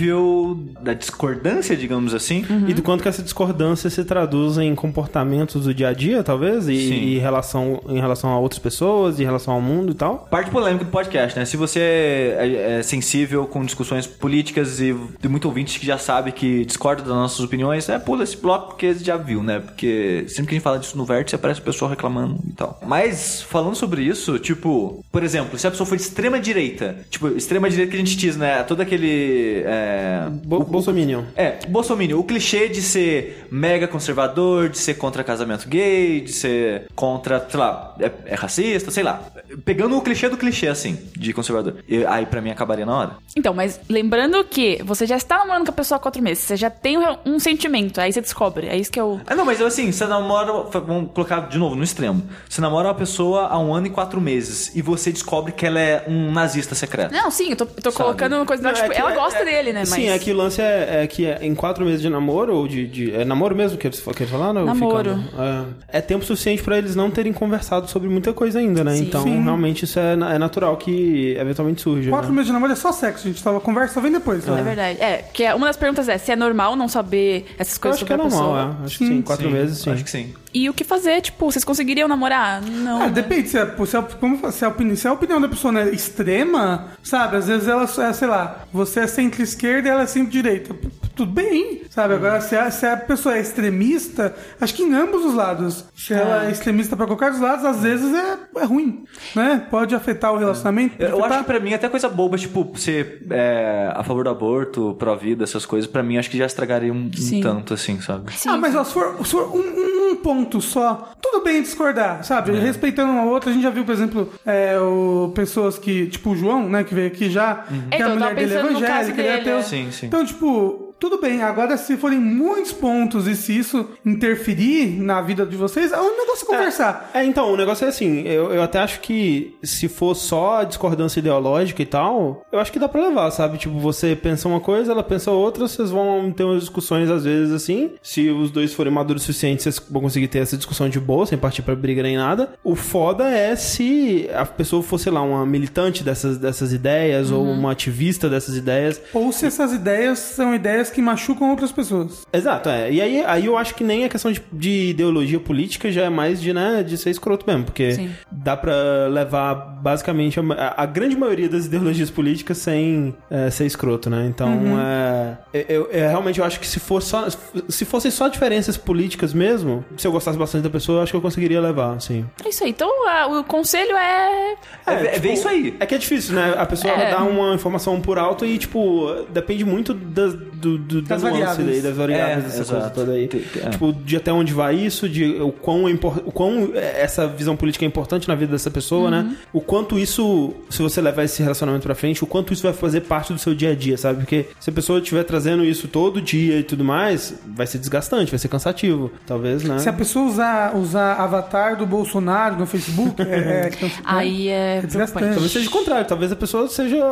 S3: nível da discordância, digamos assim.
S2: E do quanto que essa discordância se traduz em comportamentos do dia a dia, talvez,
S3: Sim.
S2: e, e relação, em relação a outras pessoas, em relação ao mundo e tal.
S3: Parte polêmica do podcast, né? Se você é, é sensível com discussões políticas e tem muito ouvinte que já sabe que discorda das nossas opiniões, é pula esse bloco porque já viu, né? Porque sempre que a gente fala disso no vértice, aparece o pessoal reclamando e tal. Mas, falando sobre isso, tipo, por exemplo, se a pessoa for de extrema direita, tipo, extrema direita que a gente diz, né? Todo aquele. É,
S2: Bo Bolsominion.
S3: É, Bolsonaro, o clichê de ser mega conservador, de ser contra casamento gay, de ser contra, sei lá, é, é racista, sei lá. Pegando o clichê do clichê, assim, de conservador. E aí, pra mim, acabaria na hora.
S1: Então, mas lembrando que você já está namorando com a pessoa há quatro meses, você já tem um- um sentimento, aí você descobre. É isso que eu.
S3: Ah, não, mas eu, assim, você namora. fa- Vamos colocar de novo no extremo. Você namora uma pessoa há um ano e quatro meses e você descobre que ela é um nazista secreto.
S1: Não, sim, eu tô, eu tô
S3: Sabe?
S1: colocando uma coisa.
S2: Não,
S1: tipo,
S2: é que-
S1: ela
S2: é-
S1: gosta
S2: é-
S1: dele, né? Mas.
S2: Sim, é que o lance é, é que é em quatro meses de namoro, ou de. de- é namoro mesmo que eles fa- que eles falaram? ou
S1: Namoro.
S2: ficando? É, é tempo suficiente pra eles não terem conversado sobre muita coisa ainda, né?
S1: Sim.
S2: Então,
S4: Sim.
S2: realmente, isso é, na- é natural que eventualmente surja.
S4: Quatro
S2: né?
S4: meses de namoro é só sexo, gente. Tava conversa, só vem depois.
S1: É verdade. É, que é- uma das perguntas é se é normal não saber essas
S2: Eu
S1: coisas
S2: acho
S1: sobre
S2: que é
S1: a
S2: normal,
S1: pessoa.
S2: é. Acho que sim, quatro meses sim.
S3: Acho que sim.
S1: E o que fazer, tipo, vocês conseguiriam namorar? Não.
S4: Ah,
S1: né?
S4: depende, se a, se, a, como, eu falo, se, é a opinião, se a opinião da pessoa né, é extrema, sabe? Às vezes ela só é, sei lá, você é centro-esquerda e ela é centro-direita. P- Tudo bem,
S3: Hum.
S4: sabe? Agora, se a, se a pessoa é extremista, acho que em ambos os lados. Se ela é extremista pra qualquer dos lados, às vezes é, é ruim, né? Pode afetar o relacionamento.
S3: É. Eu, eu
S4: pode
S3: acho
S4: afetar-
S3: que pra mim até coisa boba, tipo, ser é, a favor do aborto, pró-vida, essas coisas, pra mim acho que já estragaria um, um
S1: Sim.
S3: tanto, assim, sabe?
S1: Sim.
S4: Ah, mas ó, se for, se for um, um- um ponto só, tudo bem discordar,
S2: É.
S4: sabe? Respeitando uma outra, a gente já viu, por exemplo, é, o, pessoas que, tipo o João, né, que veio aqui já,
S2: Uhum.
S4: que
S1: Então,
S4: a
S1: eu tava
S4: mulher dele é
S1: pensando no caso
S4: evangélica, ele é
S1: dele,
S4: ateu.
S1: é.
S3: Sim, sim.
S4: Então, tipo, tudo bem. Agora, se forem muitos pontos e se isso interferir na vida de vocês, é um negócio conversar.
S2: É, então, o negócio é assim, eu, eu até acho que se for só discordância ideológica e tal, eu acho que dá pra levar, sabe? Tipo, você pensa uma coisa, ela pensa outra, vocês vão ter umas discussões às vezes assim. Se os dois forem maduros o suficiente, vocês vão conseguir ter essa discussão de boa, sem partir pra briga nem nada. O foda é se a pessoa for, sei lá, uma militante dessas, dessas ideias ou uma ativista dessas ideias.
S4: Ou se essas ideias são ideias ideais que machucam outras pessoas.
S2: Exato, é. E aí, aí eu acho que nem a questão de, de ideologia política já é mais de, né, de ser escroto mesmo, porque
S1: Sim.
S2: dá pra levar basicamente a, ma- a- a grande maioria das ideologias políticas sem é, ser escroto, né? Então, é, eu, eu- realmente eu acho que se, for só, se fossem só diferenças políticas mesmo, se eu gostasse bastante da pessoa, eu acho que eu conseguiria levar, assim.
S1: É isso aí. Então, ah, o conselho é.
S3: É, é bem isso aí.
S2: É que é difícil, né? A pessoa
S1: É.
S2: ela dá uma informação por alto e, tipo, depende muito da, do, do,
S4: Das
S2: da nuance
S4: variáveis.
S2: daí, das variáveis
S3: É,
S2: dessa
S3: exato.
S2: coisa toda aí.
S3: Tem- tem- é.
S2: Tipo, de até onde vai isso, de o quão, é impor- o quão é, essa visão política é importante na vida dessa pessoa, né? O quanto isso, se você levar esse relacionamento pra frente, o quanto isso vai fazer parte do seu dia a dia, sabe? Porque se a pessoa estiver trazendo isso todo dia e tudo mais, vai ser desgastante, vai ser cansativo. Talvez, né?
S4: Se a pessoa usar, usar avatar do Bolsonaro no Facebook, é, é,
S1: Aí é.
S4: desgastante.
S1: preocupante.
S2: Talvez seja o contrário, talvez a pessoa seja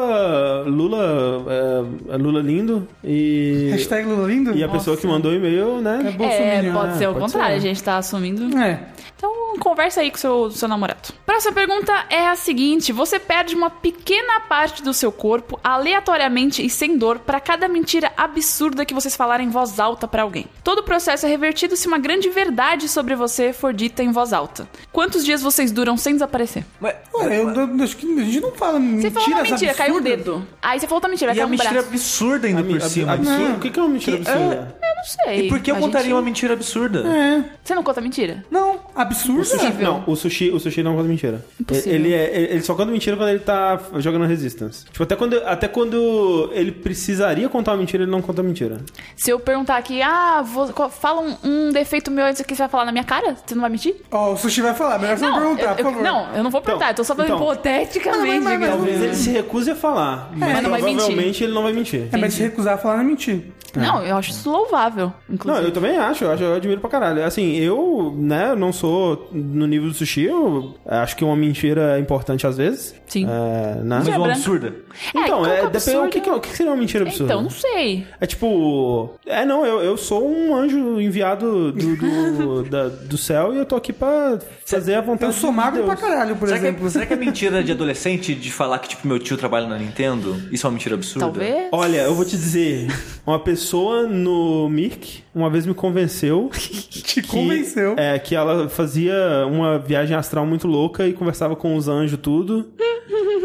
S2: Lula, é, Lula lindo e.
S4: hashtag Lula lindo?
S2: E a pessoa que mandou o e-mail, né?
S1: É,
S4: Bolsonaro.
S1: pode ser o
S2: pode
S1: contrário,
S2: ser.
S1: a gente tá assumindo.
S4: É.
S1: Então, conversa aí com seu, seu namorado. Próxima pergunta é a seguinte: você perde uma pequena parte do seu corpo aleatoriamente e sem dor pra cada mentira absurda que vocês falarem em voz alta pra alguém. Todo o processo é revertido se uma grande verdade sobre você for dita em voz alta. Quantos dias vocês duram sem desaparecer?
S3: Mas,
S4: Ué, eu, eu acho que a gente não fala
S1: Você
S4: mentiras
S1: falou uma mentira,
S4: absurdas.
S1: caiu o dedo. Aí você falou outra mentira,
S3: e
S1: caiu
S3: a
S1: um braço.
S3: mentira absurda ainda por
S2: Ab-
S3: cima.
S2: É absurdo?
S4: Não.
S2: O que que é uma mentira
S3: Que-
S2: absurda?
S1: Eu não sei.
S3: E por que eu
S1: A
S3: contaria
S1: gente-
S3: uma mentira absurda?
S4: É.
S1: Você não conta mentira?
S4: Não, absurdo.
S1: Impossível.
S2: Não, o sushi, o sushi não conta mentira.
S1: Impossível.
S2: Ele, é- ele só conta mentira quando ele tá jogando Resistance. Tipo, até quando, até quando ele precisaria contar uma mentira, ele não conta mentira.
S1: Se eu perguntar aqui, ah, vou- qual- fala um, um defeito meu antes que você vai falar na minha cara? Você não vai mentir?
S4: Ó, o Sushi vai falar, melhor você não perguntar,
S1: eu,
S4: por
S1: eu-
S4: favor.
S1: não, eu não vou perguntar, eu tô só falando
S2: então.
S1: hipoteticamente.
S4: Mas- mas- mas-
S1: digamos.
S2: Talvez ele se recuse a falar, mas,
S1: Mas não vai mentir.
S2: provavelmente ele não vai mentir.
S4: É, mas se recusar a falar não é mentir.
S1: Não, eu acho isso louvável,
S2: Não,
S1: inclusive.
S2: eu também acho, eu acho, eu admiro pra caralho. Assim, eu, né, não sou no nível do sushi, eu acho que uma mentira é importante às vezes.
S1: Sim.
S2: É, né?
S3: Mas
S1: é
S3: uma
S1: branca.
S3: absurda.
S2: Então,
S1: qual que
S2: é,
S1: é o
S2: depende o que, que,
S1: absurdo?
S2: é- o que seria uma mentira absurda.
S1: Então, não sei.
S2: É tipo. É, não, eu, eu sou um anjo enviado do, do, da- do céu e eu tô aqui pra fazer a vontade
S4: Então, Eu sou
S2: de
S4: magro
S2: Deus.
S4: pra caralho, por
S3: Será
S4: exemplo.
S3: que, será que é mentira de adolescente de falar que, tipo, meu tio trabalha na Nintendo? Isso é uma mentira absurda?
S1: Talvez.
S2: Olha, eu vou te dizer, uma pessoa no Mirk uma vez me convenceu.
S4: Te convenceu.
S2: É, que ela fazia uma viagem astral muito louca e conversava com os anjos tudo.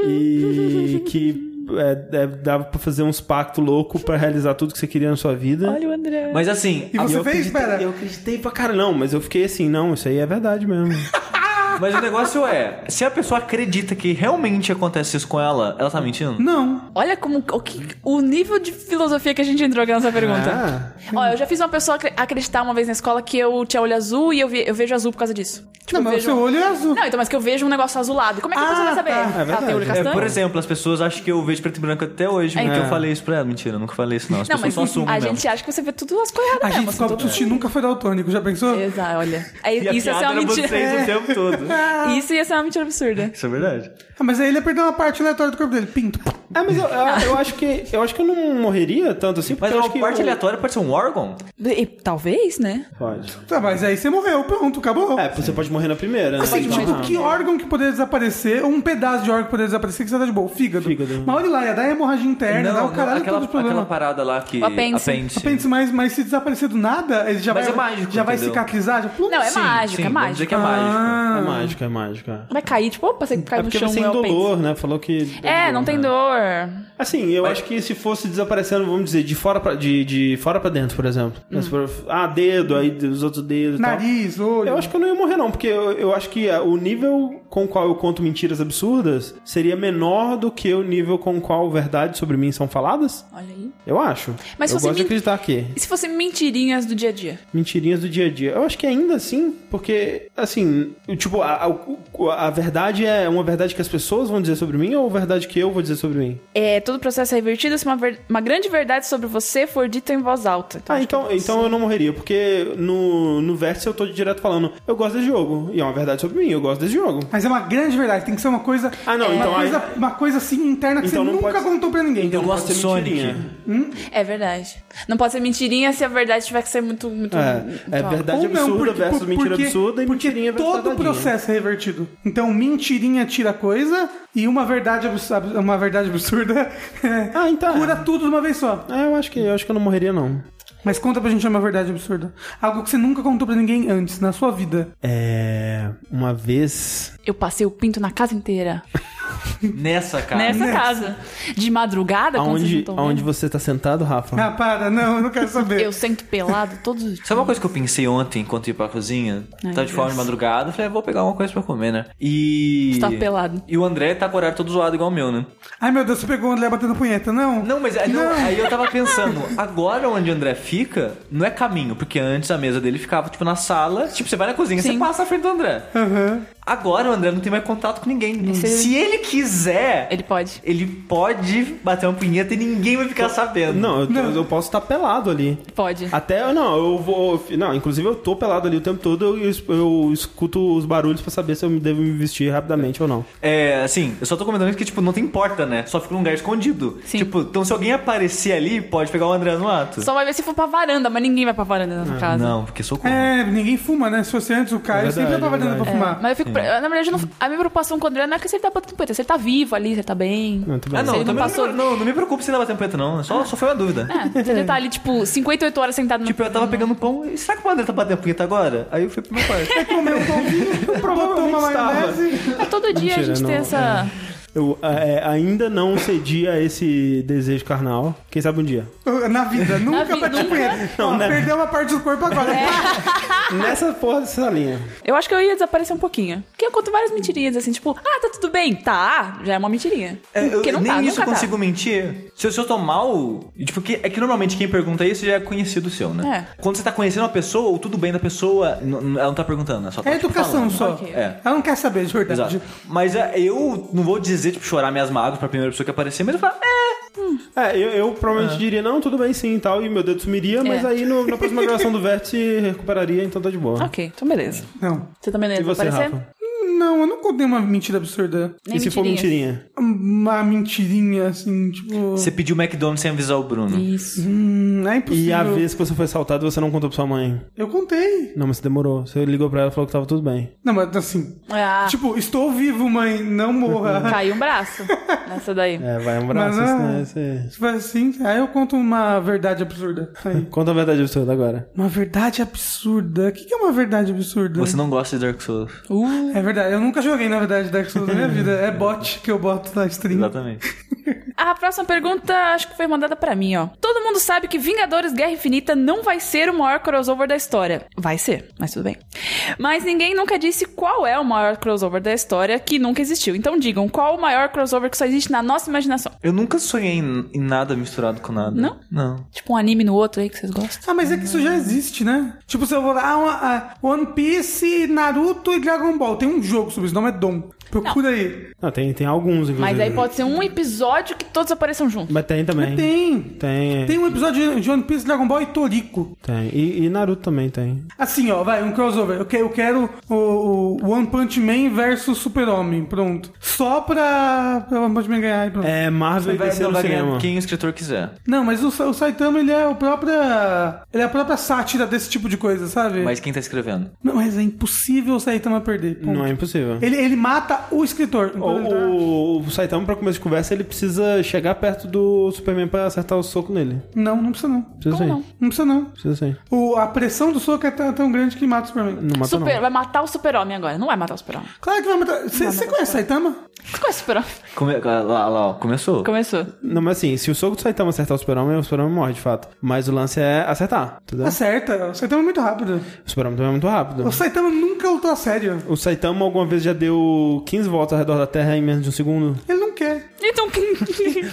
S2: e que é, é, dava pra fazer uns pactos loucos pra realizar tudo que você queria na sua vida.
S1: o André.
S3: Mas assim,
S4: E você
S2: eu
S4: fez?
S2: acreditei-
S4: Pera.
S2: Eu acreditei pra cara, não, mas eu fiquei assim, não, isso aí é verdade mesmo.
S3: mas o negócio é, se a pessoa acredita que realmente acontece isso com ela, ela tá mentindo?
S4: assim. Não.
S1: Olha como o, que, o nível de filosofia que a gente entrou aqui nessa pergunta.
S2: Ah,
S1: Ó, eu já fiz uma pessoa acre- acreditar uma vez na escola que eu tinha olho azul e eu, vi- eu vejo azul por causa disso. Tipo,
S4: não,
S1: eu
S4: mas
S1: vejo...
S4: o seu olho é azul.
S1: Não, então, mas que eu vejo um negócio azulado. Como é que a
S4: Ah,
S1: pessoa vai saber?
S4: tá. É
S1: Ela tem
S2: verdade.
S1: olho
S2: É,
S3: É,
S1: castanho?
S3: por exemplo, as pessoas acham que eu vejo preto e branco até hoje, porque
S2: É.
S3: eu falei isso pra ela. Mentira, eu nunca falei isso não. As
S1: Não,
S3: pessoas
S1: mas
S3: só assumem
S1: a
S3: mesmo.
S1: gente acha que você vê tudo as coisas
S4: A
S1: erradas
S4: gente
S1: mesmo.
S4: descobre que o
S1: assim,
S4: Sushi nunca foi daltônico, já pensou?
S1: todo- Exato, olha. Aí,
S3: E a
S1: Isso é ia ser
S3: piada
S1: uma
S3: era
S1: mentira.
S3: vocês o tempo todo.
S1: Isso ia ser uma mentira absurda.
S3: Isso é verdade.
S4: Ah, mas aí ele ia perder uma parte aleatória do corpo dele. Pinto.
S2: É, mas eu, eu- eu acho que eu acho que eu não morreria tanto assim,
S3: Mas
S2: porque eu acho
S3: uma
S2: que
S3: parte
S2: eu-
S3: aleatória pode ser um órgão?
S1: E- talvez, né?
S2: Pode.
S4: Tá, mas aí você morreu, pronto, acabou.
S2: É, você pode morrer na primeira, né?
S4: Assim,
S2: Então,
S4: tipo,
S2: ah,
S4: que órgão que poderia desaparecer, ou um pedaço de órgão que poderia desaparecer que você tá de boa? O Fígado.
S2: Fígado.
S4: Mas olha lá, ia dar hemorragia interna, dá o caralho
S3: aquela,
S4: todo o
S3: aquela
S4: problema.
S3: parada lá que...
S1: O apêndice.
S3: apêndice.
S4: Pense, mas, mas se desaparecer do nada, ele já
S3: Mas
S4: vai,
S3: é mágico,
S4: já vai
S3: entendeu?
S4: cicatrizar? Já... Plum.
S1: Não, é
S3: Sim,
S1: mágico,
S3: sim,
S1: é
S3: Vamos dizer
S1: mágico.
S3: que é mágico.
S4: Ah.
S2: É mágica, é mágica.
S1: Vai cair, tipo, opa, você ah. cai
S2: É
S1: no
S2: porque
S1: chão.
S2: vai ser
S1: é o
S2: indolor,
S1: pênis.
S2: né? Falou que.
S1: É,
S2: Uhum.
S1: não tem dor.
S2: Assim, eu
S3: Mas-
S2: acho que se fosse desaparecendo, vamos dizer, de fora pra, de, de fora pra dentro, por exemplo.
S1: Hum.
S2: Mas por- Ah, dedo, aí os outros dedos. e tal.
S4: Nariz, olho.
S2: Eu acho que eu não ia morrer, não, porque eu, eu acho que ah, o nível com o qual eu conto mentiras absurdas seria menor do que o nível com o qual verdades sobre mim são faladas.
S1: Olha aí.
S2: Eu acho.
S1: Mas se
S2: eu
S1: você
S2: gosto de
S1: men-
S2: acreditar que
S1: E se fossem mentirinhas do dia a dia?
S2: mentirinhas do dia a dia. Eu acho que ainda assim, porque, assim, eu, tipo, a, a, a verdade é uma verdade que as pessoas vão dizer sobre mim ou a verdade que eu vou dizer sobre mim?
S1: É, todo o processo é revertido se uma, ver- uma grande verdade sobre você for dita em voz alta.
S4: Tá,
S2: Ah,
S1: acho
S2: então,
S1: que-
S4: é
S2: então eu não morreria, porque no, no vértice eu tô direto falando, eu gosto desse jogo, e é uma verdade sobre mim, eu gosto desse jogo.
S4: Mas é uma grande verdade, tem que ser uma coisa. é,
S2: Ah, não,
S4: uma
S2: então aí-
S4: coisa, Uma coisa assim interna que
S2: Então
S4: você
S2: não
S4: nunca
S2: pode- Então,
S4: contou pra ninguém.
S3: Eu gosto de Sonic.
S2: mentirinha.
S1: É verdade. Não pode ser mentirinha se a verdade tiver que ser muito. muito
S4: Então,
S1: muito
S2: É, é
S4: tá,
S1: alta.
S2: verdade absurda versus mentira absurda e
S4: um porque
S2: mentirinha versus
S4: todo o
S2: verdadeinha.
S4: processo é revertido. Então, mentirinha tira coisa e uma verdade, abs- ab- uma verdade absurda é,
S2: Ah, então.
S4: cura tudo de uma vez só.
S2: É, eu acho que eu acho que eu não morreria, não.
S4: Mas conta pra gente uma verdade absurda. Algo que você nunca contou pra ninguém antes, na sua vida.
S2: É. Uma vez.
S1: Eu passei o pinto na casa inteira.
S3: Nessa, cara.
S1: nessa, casa. De madrugada, quando vocês não
S2: Aonde,
S1: estão
S2: aonde
S1: vendo,
S2: você tá sentado, Rafa?
S4: Ah, para, não, eu não quero saber.
S1: eu sento pelado todos os dias.
S3: Sabe uma coisa que eu pensei ontem enquanto ia pra cozinha?
S1: Ai,
S3: Tava de fora
S1: Deus.
S3: de madrugada, falei, ah, vou pegar alguma coisa pra comer, né? E.
S1: Você tava pelado.
S3: E o André tá com o horário todo zoado igual o meu, né?
S4: Ai meu Deus, você pegou o André batendo punheta, não?
S3: Não, mas aí, não, aí eu tava pensando, agora onde o André fica, não é caminho, porque antes a mesa dele ficava, tipo, na sala, tipo, você vai na cozinha,
S1: Sim.
S3: você passa à frente do André. Agora o André não tem mais contato com ninguém.
S1: Esse-
S3: Se ele quiser,
S1: Ele pode.
S3: ele pode bater uma punheta e ninguém vai ficar sabendo.
S2: Não, eu, tô- eu posso estar pelado ali.
S1: Pode.
S2: Até, não, eu vou. Não, inclusive eu tô pelado ali o tempo todo, eu, es- eu escuto os barulhos pra saber se eu me devo me vestir rapidamente ou não.
S3: É, assim, eu só tô comentando isso que, tipo, não tem porta, né? Só fica num lugar escondido.
S1: Sim.
S3: Tipo, então se alguém aparecer ali, pode pegar o André no ato.
S1: Só um vai ver se for pra varanda, mas ninguém vai pra varanda na
S2: Ah,
S1: sua casa.
S3: Não, porque sou contra.
S4: É, ninguém fuma, né? Se fosse antes, o Caio
S2: É verdade,
S4: sempre ia pra varanda
S2: verdade.
S4: pra
S1: É,
S4: fumar.
S1: mas eu fico. pre- Na verdade, eu não- a minha preocupação com o André não é que se ele tá batendo punheta, se ele tá vivo ali, se ele tá bem.
S2: Não, tudo bem.
S3: Ah, não,
S1: Se ele
S3: eu
S1: não
S3: também não,
S1: passou-
S3: me, não, não me preocupo se ele bater punheta, não. Só, só foi uma dúvida.
S1: É, se ele tá ali, tipo, 58 horas sentado no.
S3: Tipo, eu tava pegando pão e será que o André tá batendo punheta agora? Aí eu fui pro meu quarto.
S4: Comeu um pãozinho, provou uma
S2: estava.
S4: maionese.
S1: É todo dia a
S2: Mentira,
S1: gente
S2: não,
S1: tem essa.
S2: Eu é, ainda não cedi a esse desejo carnal. Quem sabe um dia.
S4: Na vida, nunca
S1: vi-
S4: bati
S1: nunca. É.
S4: punheta.
S2: Não,
S4: Ó,
S2: né?
S4: Perdeu uma parte do corpo agora.
S2: Nessa porra dessa linha.
S1: Eu acho que eu ia desaparecer um pouquinho. Porque eu conto várias mentirinhas, assim, tipo, ah, tá tudo bem. Tá, já é uma mentirinha.
S3: É, eu,
S1: Porque não
S3: nem
S1: tá,
S3: isso eu
S1: nunca
S3: consigo mentir. Se eu, se eu tô mal. Tipo, que, é que normalmente quem pergunta isso já é conhecido seu, né?
S1: É.
S3: Quando você tá conhecendo uma pessoa, ou tudo bem da pessoa, n- n- ela não tá perguntando, né? Só tá,
S4: É
S3: tipo,
S4: educação
S3: falando.
S4: só.
S1: Ok.
S3: É.
S4: Ela não quer saber de verdade.
S3: Exato. Mas é, eu não vou dizer, tipo, chorar minhas mágoas pra primeira pessoa que aparecer, mas eu falo, é.
S2: É, eu, eu provavelmente diria, não, tudo bem sim e tal, e meu dedo sumiria, mas
S1: É.
S2: aí no- na próxima gravação do Vértice recuperaria, então tá de boa.
S1: tá. Ok, então beleza.
S4: Não.
S1: Você também não ia
S2: E você,
S1: desaparecer?
S2: Rafa?
S4: Não, eu não contei uma mentira absurda.
S1: Nem
S2: e se for
S1: mentirinha.
S2: mentirinha?
S4: Uma mentirinha, assim, tipo.
S3: Você pediu McDonald's sem avisar o Bruno.
S1: Isso.
S4: Hum, é impossível.
S2: E a vez que você foi assaltado, você não contou pra sua mãe.
S4: Eu contei.
S2: Não, mas você demorou. Você ligou pra ela e falou que tava tudo bem.
S4: Não, mas assim.
S1: Ah,
S4: Tipo, estou vivo, mãe, não morra.
S1: caiu um braço nessa daí.
S2: É, vai um braço,
S4: Mas,
S2: né?
S4: ah,
S2: Você...
S4: Tipo assim, aí eu conto uma verdade absurda. Aí.
S2: Conta a verdade absurda agora.
S4: Uma verdade absurda. O que que é uma verdade absurda?
S3: Você não gosta de Dark Souls.
S1: Uh,
S4: É verdade, eu nunca joguei, na verdade, Dark Souls na minha vida. É bot que eu boto na stream.
S3: Exatamente.
S1: A próxima pergunta acho que foi mandada pra mim, ó. Todo mundo sabe que Vingadores Guerra Infinita não vai ser o maior crossover da história. Vai ser, mas tudo bem. Mas ninguém nunca disse qual é o maior crossover da história que nunca existiu. Então digam, qual o maior crossover que só existe na nossa imaginação?
S3: Eu nunca sonhei em, em nada misturado com nada.
S1: Não?
S3: Não.
S1: Tipo um anime no outro aí que vocês gostam?
S4: Ah, mas é que isso já existe, né? Tipo, se eu vou lá, ah, uma- ah, One Piece, Naruto e Dragon Ball. Tem um jogo sobre isso, não é Dom. Procura aí.
S2: Não, tem, tem alguns, inclusive.
S1: Mas aí pode ser um episódio que todos apareçam juntos.
S2: Mas tem também.
S4: Tem.
S2: Tem. é.
S4: Tem um episódio de One Piece, Dragon Ball e Toriko.
S2: tem. E, e Naruto também tem.
S4: Assim, ó, vai, um crossover. Eu quero, eu quero o, o One Punch Man versus Super-Homem, pronto. Só pra, pra One Punch Man ganhar e pronto.
S2: É Marvel e
S3: Vai,
S2: DC
S3: não,
S2: no
S3: vai ganhar
S2: cinema.
S3: quem o escritor quiser.
S4: Não, mas o, Sa- o Saitama, ele é o própria... Ele é a própria sátira desse tipo de coisa, sabe?
S3: Mas quem tá escrevendo?
S4: Não, mas é impossível o Saitama perder. ponto.
S2: Não é impossível.
S4: Ele, ele mata o escritor. Enquanto ele tá-
S2: O, o, o Saitama, pra começo de conversa, ele precisa chegar perto do Superman pra acertar o soco nele.
S4: tá- Não, não precisa não.
S1: Como
S2: Precisa sim.
S1: não?
S4: Não precisa não.
S2: Precisa sim.
S4: O- a pressão do soco é tão, tão grande que mata o Superman.
S2: Não mata
S1: Super-
S2: não.
S1: vai matar o super-homem agora. Não vai matar o super-homem.
S4: Claro que vai matar. Você conhece Saitama?
S1: Você conhece o super-homem?
S3: Come, ah, lá, lá, ó, começou.
S1: Começou.
S2: Não, mas assim, se o soco do Saitama acertar o Super-Homem, o Super-Homem morre, de fato. Mas o lance é acertar, entendeu?
S4: Acerta. O Saitama é muito rápido.
S2: O Super-Homem também é muito rápido.
S4: O Saitama nunca lutou a sério.
S2: O Saitama alguma vez já deu 15 voltas ao redor da Terra em menos de um segundo?
S4: Ele não quer.
S1: Então quem.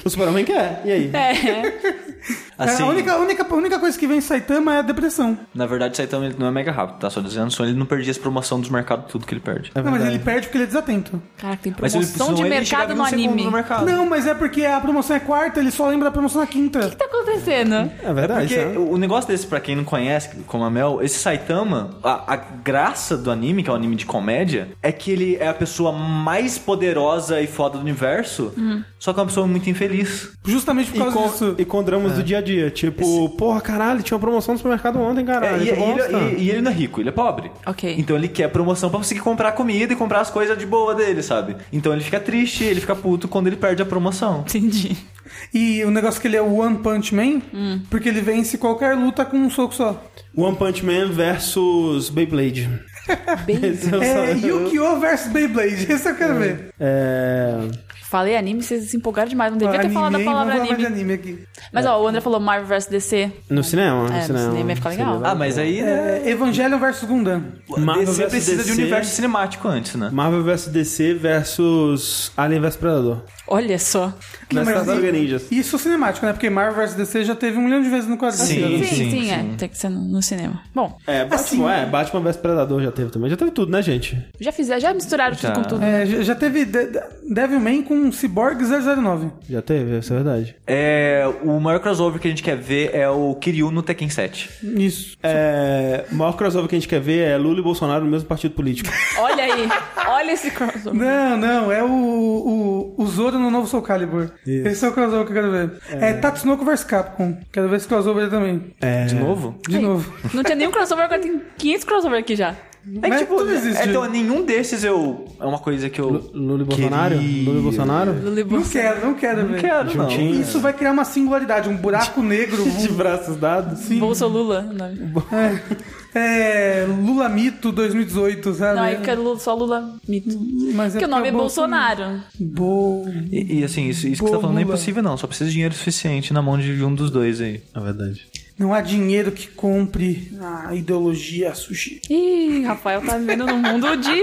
S2: O Super-Homem quer, e aí?
S1: é.
S3: Assim,
S4: a, única, a única, a única coisa que vem de Saitama é a depressão.
S3: na verdade, Saitama ele não é mega rápido, tá? Só dizendo, só ele não perdia as promoção dos mercados, tudo que ele perde.
S2: É
S4: não, mas
S2: verdade.
S4: ele perde porque ele é desatento.
S1: Caraca, tem
S3: Mas ele-
S1: promoção de
S3: senão ele
S1: mercado
S3: chegava
S1: no
S3: em um segundo
S1: anime.
S3: No
S1: O
S3: mercado.
S4: Não, mas é porque a promoção é quarta, ele só lembra a promoção na quinta.
S1: que tá acontecendo?
S2: É verdade,
S3: Porque
S2: sabe?
S3: o negócio desse, pra quem não conhece, como a Mel, esse Saitama, a, a graça do anime, que é um anime de comédia, é que ele é a pessoa mais poderosa e foda do universo, só que é uma pessoa muito infeliz.
S4: Justamente por
S2: E
S4: causa
S2: com,
S4: disso.
S1: É.
S2: e com dramas do dia a dia. Tipo, porra, caralho, tinha uma promoção no supermercado ontem,
S3: É,
S2: caralho.
S3: e,
S2: isso
S3: e
S2: Ah, bosta.
S3: ele, e- e ele não é rico, ele é pobre.
S1: Ok.
S3: Então ele quer promoção pra conseguir comprar comida e comprar as coisas de boa dele, sabe? Então ele fica triste, ele fica puto quando ele perde a promoção.
S1: Entendi.
S4: E o negócio que ele é o One Punch Man,
S1: Hum.
S4: porque ele vence qualquer luta com um soco só.
S2: One Punch Man versus Beyblade.
S1: Bem...
S2: Esse eu
S4: É
S2: só-
S4: Yu-Gi-Oh! versus Beyblade, esse eu quero ver.
S2: É.
S1: Falei anime, vocês se empolgaram demais. Não devia ter falado a
S4: hein?
S1: palavra
S4: Vamos falar
S1: anime.
S4: de anime aqui.
S1: Mas ó, o André falou Marvel vs DC.
S2: No cinema, no
S1: É, no
S2: cinema.
S1: cinema ia ficar legal.
S2: Seria
S3: Ah, mas aí né,
S4: É, Evangelion versus Gundam.
S2: Marvel
S3: DC
S2: versus
S3: precisa de um
S2: DC.
S3: universo cinemático antes, né?
S2: Marvel vs DC versus Alien vs Predador.
S1: Olha só.
S2: Nas
S4: Mas
S2: Tartarugas
S4: e-
S2: Ninjas.
S4: Isso cinemático, né? Porque Marvel vs DC já teve um milhão de vezes no quadrinho.
S3: Sim,
S1: Sim, sim,
S3: sim,
S1: é. Tem que ser no- no cinema. Bom,
S2: É, Batman,
S3: Hum.
S4: Assim-
S2: é, Batman vs Predador já teve também. Já teve tudo, né, gente?
S1: já fizeram, já misturaram
S3: Já.
S1: tudo com tudo.
S4: É, já- já teve De- De- Devilman com um Cyborg 009.
S2: Já teve, isso é verdade.
S3: É, o maior crossover que a gente quer ver é o Kiryu no Tekken 7.
S4: Isso.
S2: É, o maior crossover que a gente quer ver é Lula e Bolsonaro no mesmo partido político.
S1: Olha aí. Olha esse crossover.
S4: Não, não, é o, o, o Zoro no novo Soul Calibur.
S2: Isso.
S4: Esse é o crossover que eu quero ver. É, Tatsunoko vs Capcom. Quero ver esse crossover também.
S2: É,
S3: De novo?
S4: De novo.
S1: Não tinha nenhum crossover, agora tem 500 crossover aqui já.
S3: É que,
S4: Mas
S3: tipo,
S4: tudo existe.
S3: é, então nenhum desses eu. É uma coisa que eu.
S2: Lula e Bolsonaro?
S3: queria.
S2: Lula e Bolsonaro?
S1: Lully
S4: Não
S1: Bus-
S4: quero, não quero ver.
S3: Não quero, não.
S2: Juntinho.
S4: Isso vai criar uma singularidade, um buraco negro.
S2: De
S4: Um,
S2: braços dados? Sim.
S1: Bolsolula. Não,
S4: é, Lula Mito 2018, sabe?
S1: não aí fica Lula- só Lula mito.
S4: Mas
S1: Porque o nome é Bolsonaro.
S4: Bo...
S3: E, e, assim, isso, isso que você
S4: Boa,
S3: tá falando não é
S4: Lula.
S3: impossível, não. Só precisa de dinheiro suficiente na mão de um dos dois aí.
S2: É verdade.
S4: Não há dinheiro que compre a ideologia sushi.
S1: Ih, Rafael tá vivendo num mundo de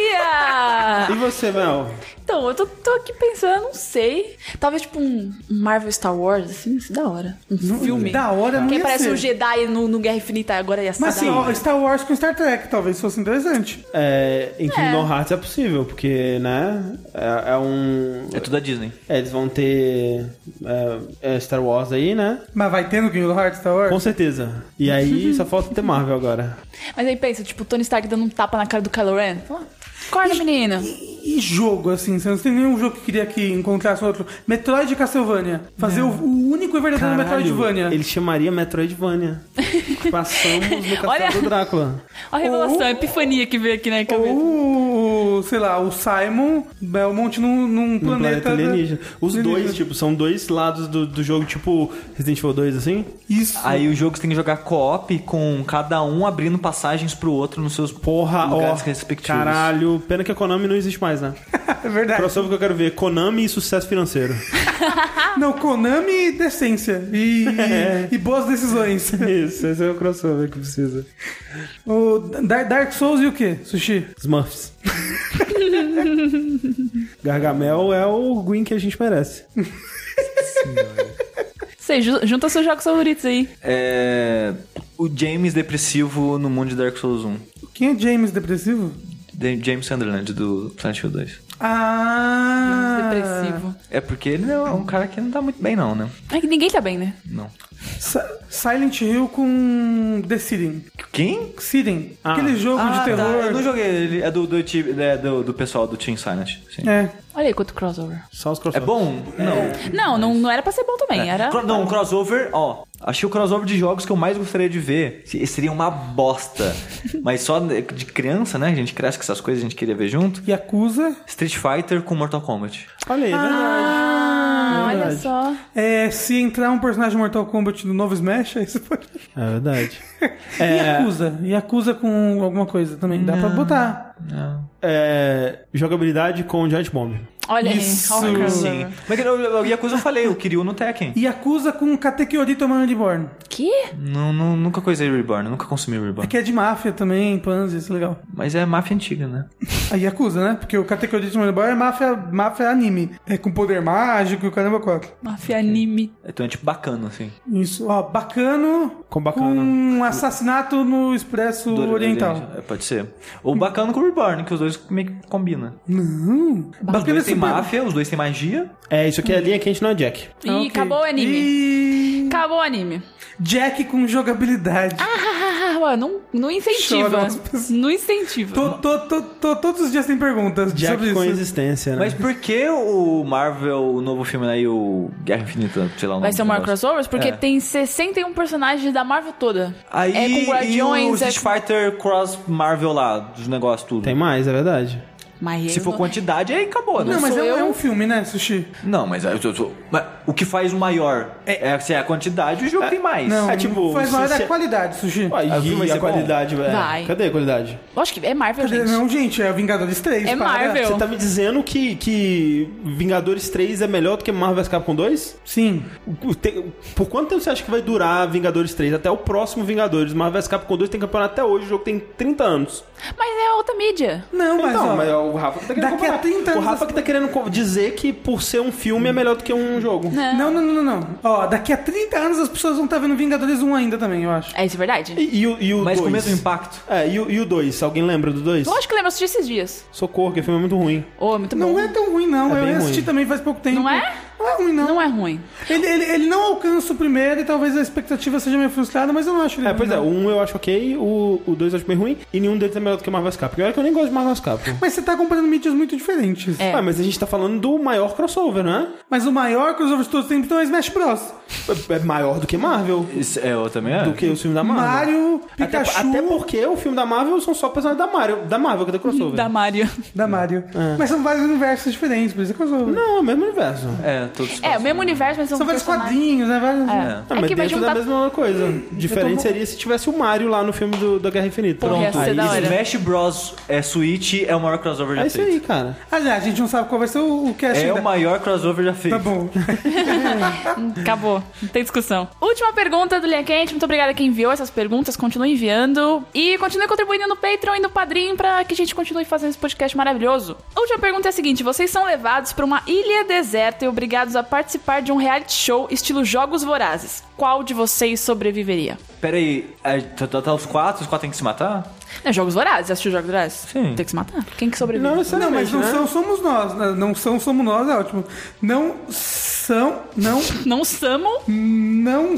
S1: fantasia!
S2: E você, Mel?
S1: Então, eu tô, tô aqui pensando, não sei. Talvez tipo um Marvel Star Wars, assim, isso é da hora. Um filme.
S4: Da hora, não
S1: Quem
S4: ia
S1: parece
S4: ser.
S1: um Jedi no, no Guerra Infinita, agora ia ser
S4: Mas
S1: da
S4: assim,
S1: hora.
S4: ó, Star Wars com Star Trek talvez fosse interessante.
S2: É, em Kingdom
S1: É.
S2: Hearts é possível, porque, né? É, é um.
S3: É tudo a Disney.
S2: é, eles vão ter é, é, Star Wars aí, né?
S4: Mas vai ter no Kingdom Hearts Star Wars?
S2: Com certeza. E aí só falta ter Marvel agora.
S1: Mas aí pensa, tipo, o Tony Stark dando um tapa na cara do Kylo Ren. Fala, Acorda, menina.
S4: E jogo, assim, você não tem nenhum jogo que queria que encontrasse outro. Metroid e Castlevania. Fazer o, o único e verdadeiro um Metroidvania.
S2: Ele chamaria Metroidvania. Passamos no castelo
S1: Olha.
S2: do Drácula.
S1: Olha a revelação,
S4: Ou-
S1: a epifania que veio
S4: Oh.
S1: aqui na minha cabeça.
S4: Ou, o- sei lá, o Simon Belmont num, num
S2: No planeta,
S4: planeta.
S2: alienígena. Os
S4: alienígena.
S2: dois, tipo, são dois lados do, do jogo, tipo Resident Evil 2, assim.
S4: Isso.
S3: Aí o jogo você tem que jogar co-op com cada um abrindo passagens pro outro nos seus
S2: Porra, Tá, ó.
S3: lugares respectivos.
S2: Caralho, pena que a Konami não existe mais, né?
S4: É verdade.
S2: Crossover que eu quero ver, Konami e sucesso financeiro.
S4: Não, Konami e decência. E,
S2: É.
S4: e boas decisões.
S2: Isso, esse é o crossover que precisa.
S4: o Dar- Dark Souls e o quê? Sushi.
S2: é Smurfs. Gargamel é o Green que a gente merece.
S1: Sei, ju- junta seus jogos favoritos aí.
S3: É. O James depressivo no mundo de Dark Souls 1.
S4: Quem é James Depressivo?
S3: De- James Sunderland do Planet Hill 2.
S4: Ah!
S1: Depressivo.
S3: É porque ele é um cara que não tá muito bem, não, né?
S1: É que ninguém tá bem, né?
S3: Não.
S4: Sa- Silent Hill com The Sitting.
S3: Quem?
S4: Sitting.
S2: Ah.
S4: Aquele jogo
S3: Ah,
S4: de
S3: tá. Eu
S4: terror.
S3: não joguei ele. É do, do, ti- é do, do pessoal do Team Silent. Sim. É.
S4: É.
S1: Olha aí quanto crossover.
S2: Só os crossovers.
S3: bom? Não.
S1: Não, não, não era pra ser bom também,
S4: É,
S1: era...
S3: Cro- Não, um crossover, ó. Achei o crossover de jogos que eu mais gostaria de ver. Se- Seria uma bosta. Mas só de de criança, né? A gente cresce com essas coisas, a gente queria ver junto.
S4: Yakuza.
S3: Street Fighter com Mortal Kombat.
S2: Olha aí, é verdade.
S1: Ah, olha
S2: Verdade.
S1: só.
S4: É, se entrar um personagem de Mortal Kombat no novo Smash, aí você pode.
S2: É verdade.
S4: E
S2: É,
S4: Yakuza. Yakuza com alguma coisa também. Dá pra botar.
S2: é, jogabilidade com Giant Bomb.
S1: Olha
S4: Isso,
S1: aí. Olha o
S3: Sim.
S1: crossover.
S3: Mas que- o o Yakuza eu falei, o Kiryu no Tekken.
S4: Yakuza com Katekiori Tomando Reborn.
S1: Que?
S3: Não, não- nunca coisei Reborn, nunca consumi Reborn.
S4: Que é de máfia também, Panzer, isso é legal.
S3: Mas é máfia antiga, né?
S4: A Yakuza, né? Porque o Katekiori Tomando Reborn é máfia, máfia anime. É com poder mágico e o caramba quatro.
S1: Mafia anime.
S3: Então é tipo bacana, assim.
S4: Isso, ó, bacano.
S2: Com bacano.
S4: Com um assassinato no Expresso
S3: Do-
S2: então.
S4: Oriental.
S3: É, pode ser. Ou bacana com Reborn, que os dois meio que combinam.
S4: Não.
S3: Os dois têm
S4: super-
S3: máfia, os dois têm magia.
S2: É, isso aqui é a linha quente não é Jack.
S1: Ih,
S4: Ah, ok.
S1: acabou o anime.
S4: Ih,
S1: Acabou o anime.
S4: Jack com jogabilidade.
S1: Ah, Juan, não, não
S4: Chora
S1: incentiva.
S4: as pessoas.
S1: Não incentiva.
S4: Tô- tô- tô- tô- todos os dias tem perguntas sobre
S2: Jack
S4: isso.
S2: com existência, né?
S3: Mas por que o Marvel, o novo filme aí, o Guerra Infinita, sei lá o nome
S1: Vai ser
S3: do
S1: uma
S3: negócio.
S1: crossovers? Porque
S3: É.
S1: tem 61 personagens da Marvel toda.
S3: Aí
S1: é com
S3: e o
S1: Guardiões, é
S3: Street
S1: com...
S3: Fighter Cross Marvel lá, dos negócios tudo.
S2: Tem mais, é verdade.
S1: Mas
S3: Se
S1: eu
S3: for
S1: não-
S3: quantidade, aí acabou, né?
S4: Não, mas
S1: Sou
S4: é, um-
S1: eu.
S4: é um filme, né, Sushi?
S3: Não, mas, eu tô- tô- mas o que faz o maior é, se é a quantidade, o jogo tem mais.
S4: Não,
S2: É tipo,
S4: faz maior
S2: se-
S4: da
S2: se-
S4: qualidade, Sushi.
S2: Ué,
S3: Ah,
S2: e
S3: vai
S2: a
S3: ser bom?
S2: qualidade, velho?
S1: Vai.
S2: Cadê a qualidade?
S1: Lógico que é Marvel,
S4: Cadê?
S1: gente.
S4: Não, gente, é Vingadores 3.
S1: É
S4: para.
S1: Marvel.
S2: Você tá me dizendo que, que Vingadores 3 é melhor do que Marvel vs Capcom 2?
S4: Sim.
S2: O- o- tem- Por quanto tempo você acha que vai durar Vingadores 3? Até o próximo Vingadores. Marvel vs Capcom 2 tem campeonato até hoje, o jogo tem 30 anos.
S1: Mas é outra mídia.
S4: Não, mas,
S2: então,
S4: ó,
S2: mas é o Rafa que tá querendo
S4: daqui a
S2: comparar.
S4: 30 anos
S2: O Rafa
S4: as-
S2: que tá querendo co- dizer que por ser um filme é melhor do que um jogo.
S4: Não, não, não, não, não. Ó, daqui a 30 anos as pessoas vão estar vendo Vingadores 1 ainda também, eu acho.
S1: É isso, é verdade?
S2: E, e o- e o
S3: Mas com o
S2: dois?
S3: mesmo impacto.
S2: É, e o 2? Alguém lembra do 2?
S1: Lógico que lembra assistir esses dias.
S2: Socorro, que o filme é muito ruim.
S1: Ô, muito bom.
S4: Não é tão ruim, não.
S2: É
S4: eu
S2: bem
S4: assisti
S2: ruim.
S4: também faz pouco tempo.
S1: Não é?
S4: Não é ruim, não.
S1: Não é ruim.
S4: Ele, ele, ele não alcança o primeiro e talvez a expectativa seja meio frustrada, mas eu não acho ele
S2: É,
S4: ruim,
S2: pois é,
S4: não.
S2: o 1 eu acho ok, o 2 eu acho meio ruim, e nenhum deles é melhor do que Marvel vs Capcom. E olha que eu nem gosto de Marvel vs Capcom.
S4: Mas você tá comparando mídias muito diferentes.
S1: É.
S2: Ah, mas a gente tá falando do maior crossover, né?
S4: Mas o maior crossover de todos os tempos então é Smash Bros.
S2: É maior do que Marvel.
S3: Isso, é, eu também é.
S2: Do que os filmes da Marvel.
S4: Mario,
S2: Até,
S4: Pikachu...
S2: até porque o filme da Marvel são só personagens da Mario, da Marvel que tem crossover.
S1: Da Mario.
S4: Da Mario. Mas são vários universos diferentes, por isso é crossover.
S2: É. Não, é o mesmo universo.
S3: É, todos
S1: É, o mesmo universo, mas
S4: São vários
S1: personagens.
S4: quadrinhos, né? Vários...
S1: É.
S2: Ah,
S1: É
S2: mas
S1: que vai
S2: dentro
S1: juntar.
S2: da mesma coisa. Diferente
S4: tô-
S2: seria se tivesse o Mario lá no filme do, da Guerra Infinita.
S1: Porra, ia ser
S2: Aí,
S1: da hora.
S3: Smash Bros. É, Switch é o maior crossover já
S2: é isso
S3: feito.
S2: aí, cara.
S4: Aliás, a gente não sabe qual vai ser o, o cast
S3: É
S4: ainda.
S3: o maior crossover já feito.
S4: Tá bom.
S1: Acabou, não tem discussão. Última pergunta do Linha Quente. Muito obrigada a quem enviou essas perguntas. Continue enviando. E continue contribuindo no Patreon e no Padrim pra que a gente continue fazendo esse podcast maravilhoso. A última pergunta é a seguinte: vocês são levados pra uma ilha deserta e obrigados a participar de um reality show estilo Jogos Vorazes. Qual de vocês sobreviveria?
S3: Pera aí, é, tá, tá- tá os quatro? Os quatro tem que se matar?
S1: É Jogos Vorazes, assistiu Jogos Vorazes?
S3: Sim.
S1: Tem que se matar. Quem que sobrevive?
S2: Não,
S4: Não, mas
S2: necessariamente,
S4: não
S2: né?
S4: são somos nós. né? Não são somos nós, é ótimo. Não são. Não.
S1: Não somos.
S4: Não.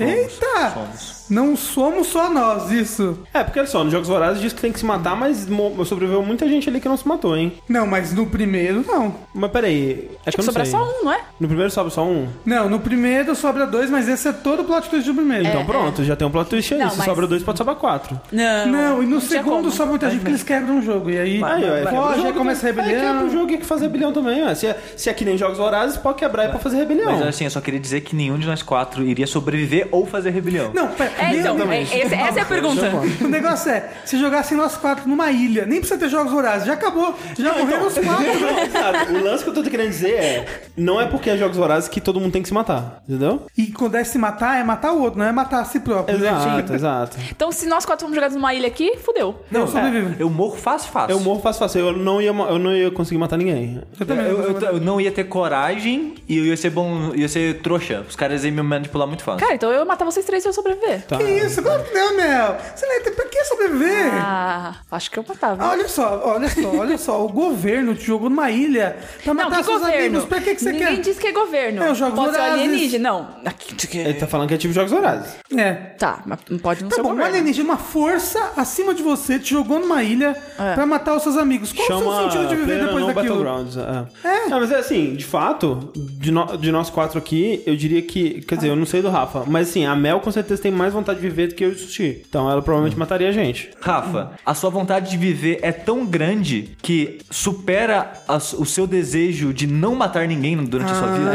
S4: Eita!
S3: somos.
S4: Não somos só nós, isso.
S2: É, porque olha só, nos Jogos Vorazes diz que tem que se matar, mas mo- sobreviveu muita gente ali que não se matou, hein?
S4: Não, mas no primeiro, não.
S2: Mas peraí, acho que eu não
S1: Sobrar
S2: sei.
S1: só um, não é?
S2: No primeiro sobe só um?
S4: Não, no primeiro sobra dois, mas esse é todo o plot twist do primeiro.
S1: É.
S2: Então pronto, já tem um plot twist aí.
S1: Não,
S2: Se
S1: mas-
S2: sobra dois, pode sobrar quatro.
S1: Não.
S4: Não, e no
S1: tinha
S4: segundo
S1: como.
S4: sobra muita gente porque eles quebram o jogo. E
S2: Aí,
S4: aí.
S2: ó, é, quebra o
S4: foge, aí
S2: jogo,
S4: começa a
S2: aí Quebra o
S4: rebelião.
S2: jogo e fazer rebelião também, ó. Se é, se é que nem Jogos Vorazes, pode quebrar e pode fazer rebelião.
S3: Mas assim, eu só queria dizer que nenhum de nós quatro iria sobreviver ou fazer rebelião.
S4: Não, pera.
S1: É,
S4: meu
S1: então,
S4: Deus.
S1: é- esse- essa é a pergunta.
S4: O negócio é, se jogassem nós quatro numa ilha, nem precisa ter jogos vorazes, já acabou. Já morreram os quatro.
S2: Não, exato. o lance que eu tô querendo dizer é: não é porque é Jogos Vorazes que todo mundo tem que se matar, entendeu?
S4: E quando é se matar, é matar o outro, não é matar a si próprio.
S2: Exato, exato.
S1: Então, se nós quatro fomos jogados numa ilha aqui, fudeu.
S4: Não, sobrevive.
S3: Eu morro fácil, fácil.
S2: Eu morro fácil, fácil. Eu não ia, ma- eu não ia conseguir matar ninguém.
S4: Eu
S3: Eu,
S4: também. não
S3: eu-
S4: sou
S3: eu não ia ter coragem e eu ia ser bom, ia ser trouxa. Os caras iam me manipular muito fácil.
S1: Cara, então eu ia matar vocês três se eu sobreviver.
S2: Tá.
S4: Que isso? Claro que não, Mel. Você não tem pra que sobreviver?
S1: Ah, acho que eu matava.
S4: Ah, Olha só, olha só, olha só. O governo te jogou numa ilha pra
S1: não,
S4: matar
S1: que
S4: seus
S1: governo?
S4: amigos. Pra que, que você
S1: Ninguém
S4: quer?
S1: disse que é governo.
S4: É, os Jogos
S1: pode ser
S4: Vorazes.
S1: alienígena. Não. Aqui-
S2: Ele tá falando que é tipo Jogos Vorazes.
S4: É.
S1: Tá, mas pode não
S4: Tá
S1: ser
S4: bom, um
S1: governo.
S4: alienígena, uma força acima de você te jogou numa ilha
S1: É.
S4: pra matar os seus amigos. Qual o seu sentido de viver
S2: Player
S4: depois
S2: Unknown
S4: daquilo?
S2: Battlegrounds, é.
S4: É.
S2: Não, mas é assim, de fato, de, no- de nós quatro aqui, eu diria que. Quer dizer, eu não sei do Rafa, mas assim, a Mel com certeza tem mais vontade de viver do que eu e o Sushi. Então ela provavelmente mataria a gente.
S3: Rafa, a sua vontade de viver é tão grande que supera a s- o seu desejo de não matar ninguém durante a
S4: Ah.
S3: sua vida.
S2: é,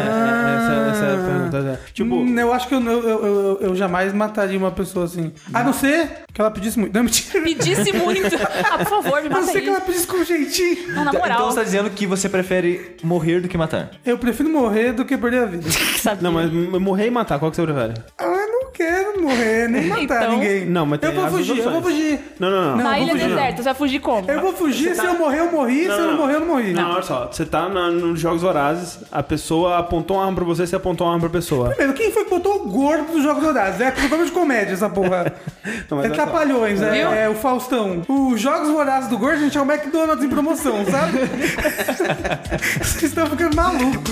S2: essa, é a pergunta. Tipo,
S4: Hum, eu acho que eu, eu, eu, eu- eu jamais mataria uma pessoa assim. A não ser que ela pedisse muito. Não, mentira.
S1: Pedisse muito. Ah, por favor, me
S4: A não
S1: mata
S4: ser
S1: aí.
S4: que ela pedisse com jeitinho.
S1: Não, na
S3: Então
S1: moral.
S3: você tá dizendo que você prefere morrer do que matar.
S4: Eu prefiro morrer do que perder a vida.
S1: sabe?
S2: não, mas m- morrer e matar, qual que você prefere?
S4: Ah, Eu não quero morrer, nem matar
S1: Então-
S4: ninguém.
S2: Não, mas tem
S4: Eu vou
S2: as duas
S4: fugir, eu vou
S2: opções.
S4: fugir.
S2: Não, não, não.
S4: Não,
S1: Na
S4: vou
S1: ilha
S4: fugir, não.
S1: deserta, você vai fugir como?
S4: Eu vou fugir,
S2: Você
S4: se
S2: tá-
S4: eu morrer, eu morri, se eu não morrer, eu não morri.
S2: Não, olha só. Você tá na- nos Jogos Vorazes, a pessoa apontou uma arma pra você, você apontou uma arma pra pessoa.
S4: Primeiro, quem foi que botou o gordo dos Jogos Vorazes? É programa de comédia essa porra.
S2: Não, mas
S4: é
S2: olha só.
S4: Trapalhões, é,
S1: Viu?
S4: é o Faustão. Os Jogos Vorazes do Gordo, gente, é o McDonald's em promoção, sabe? Vocês estão ficando malucos.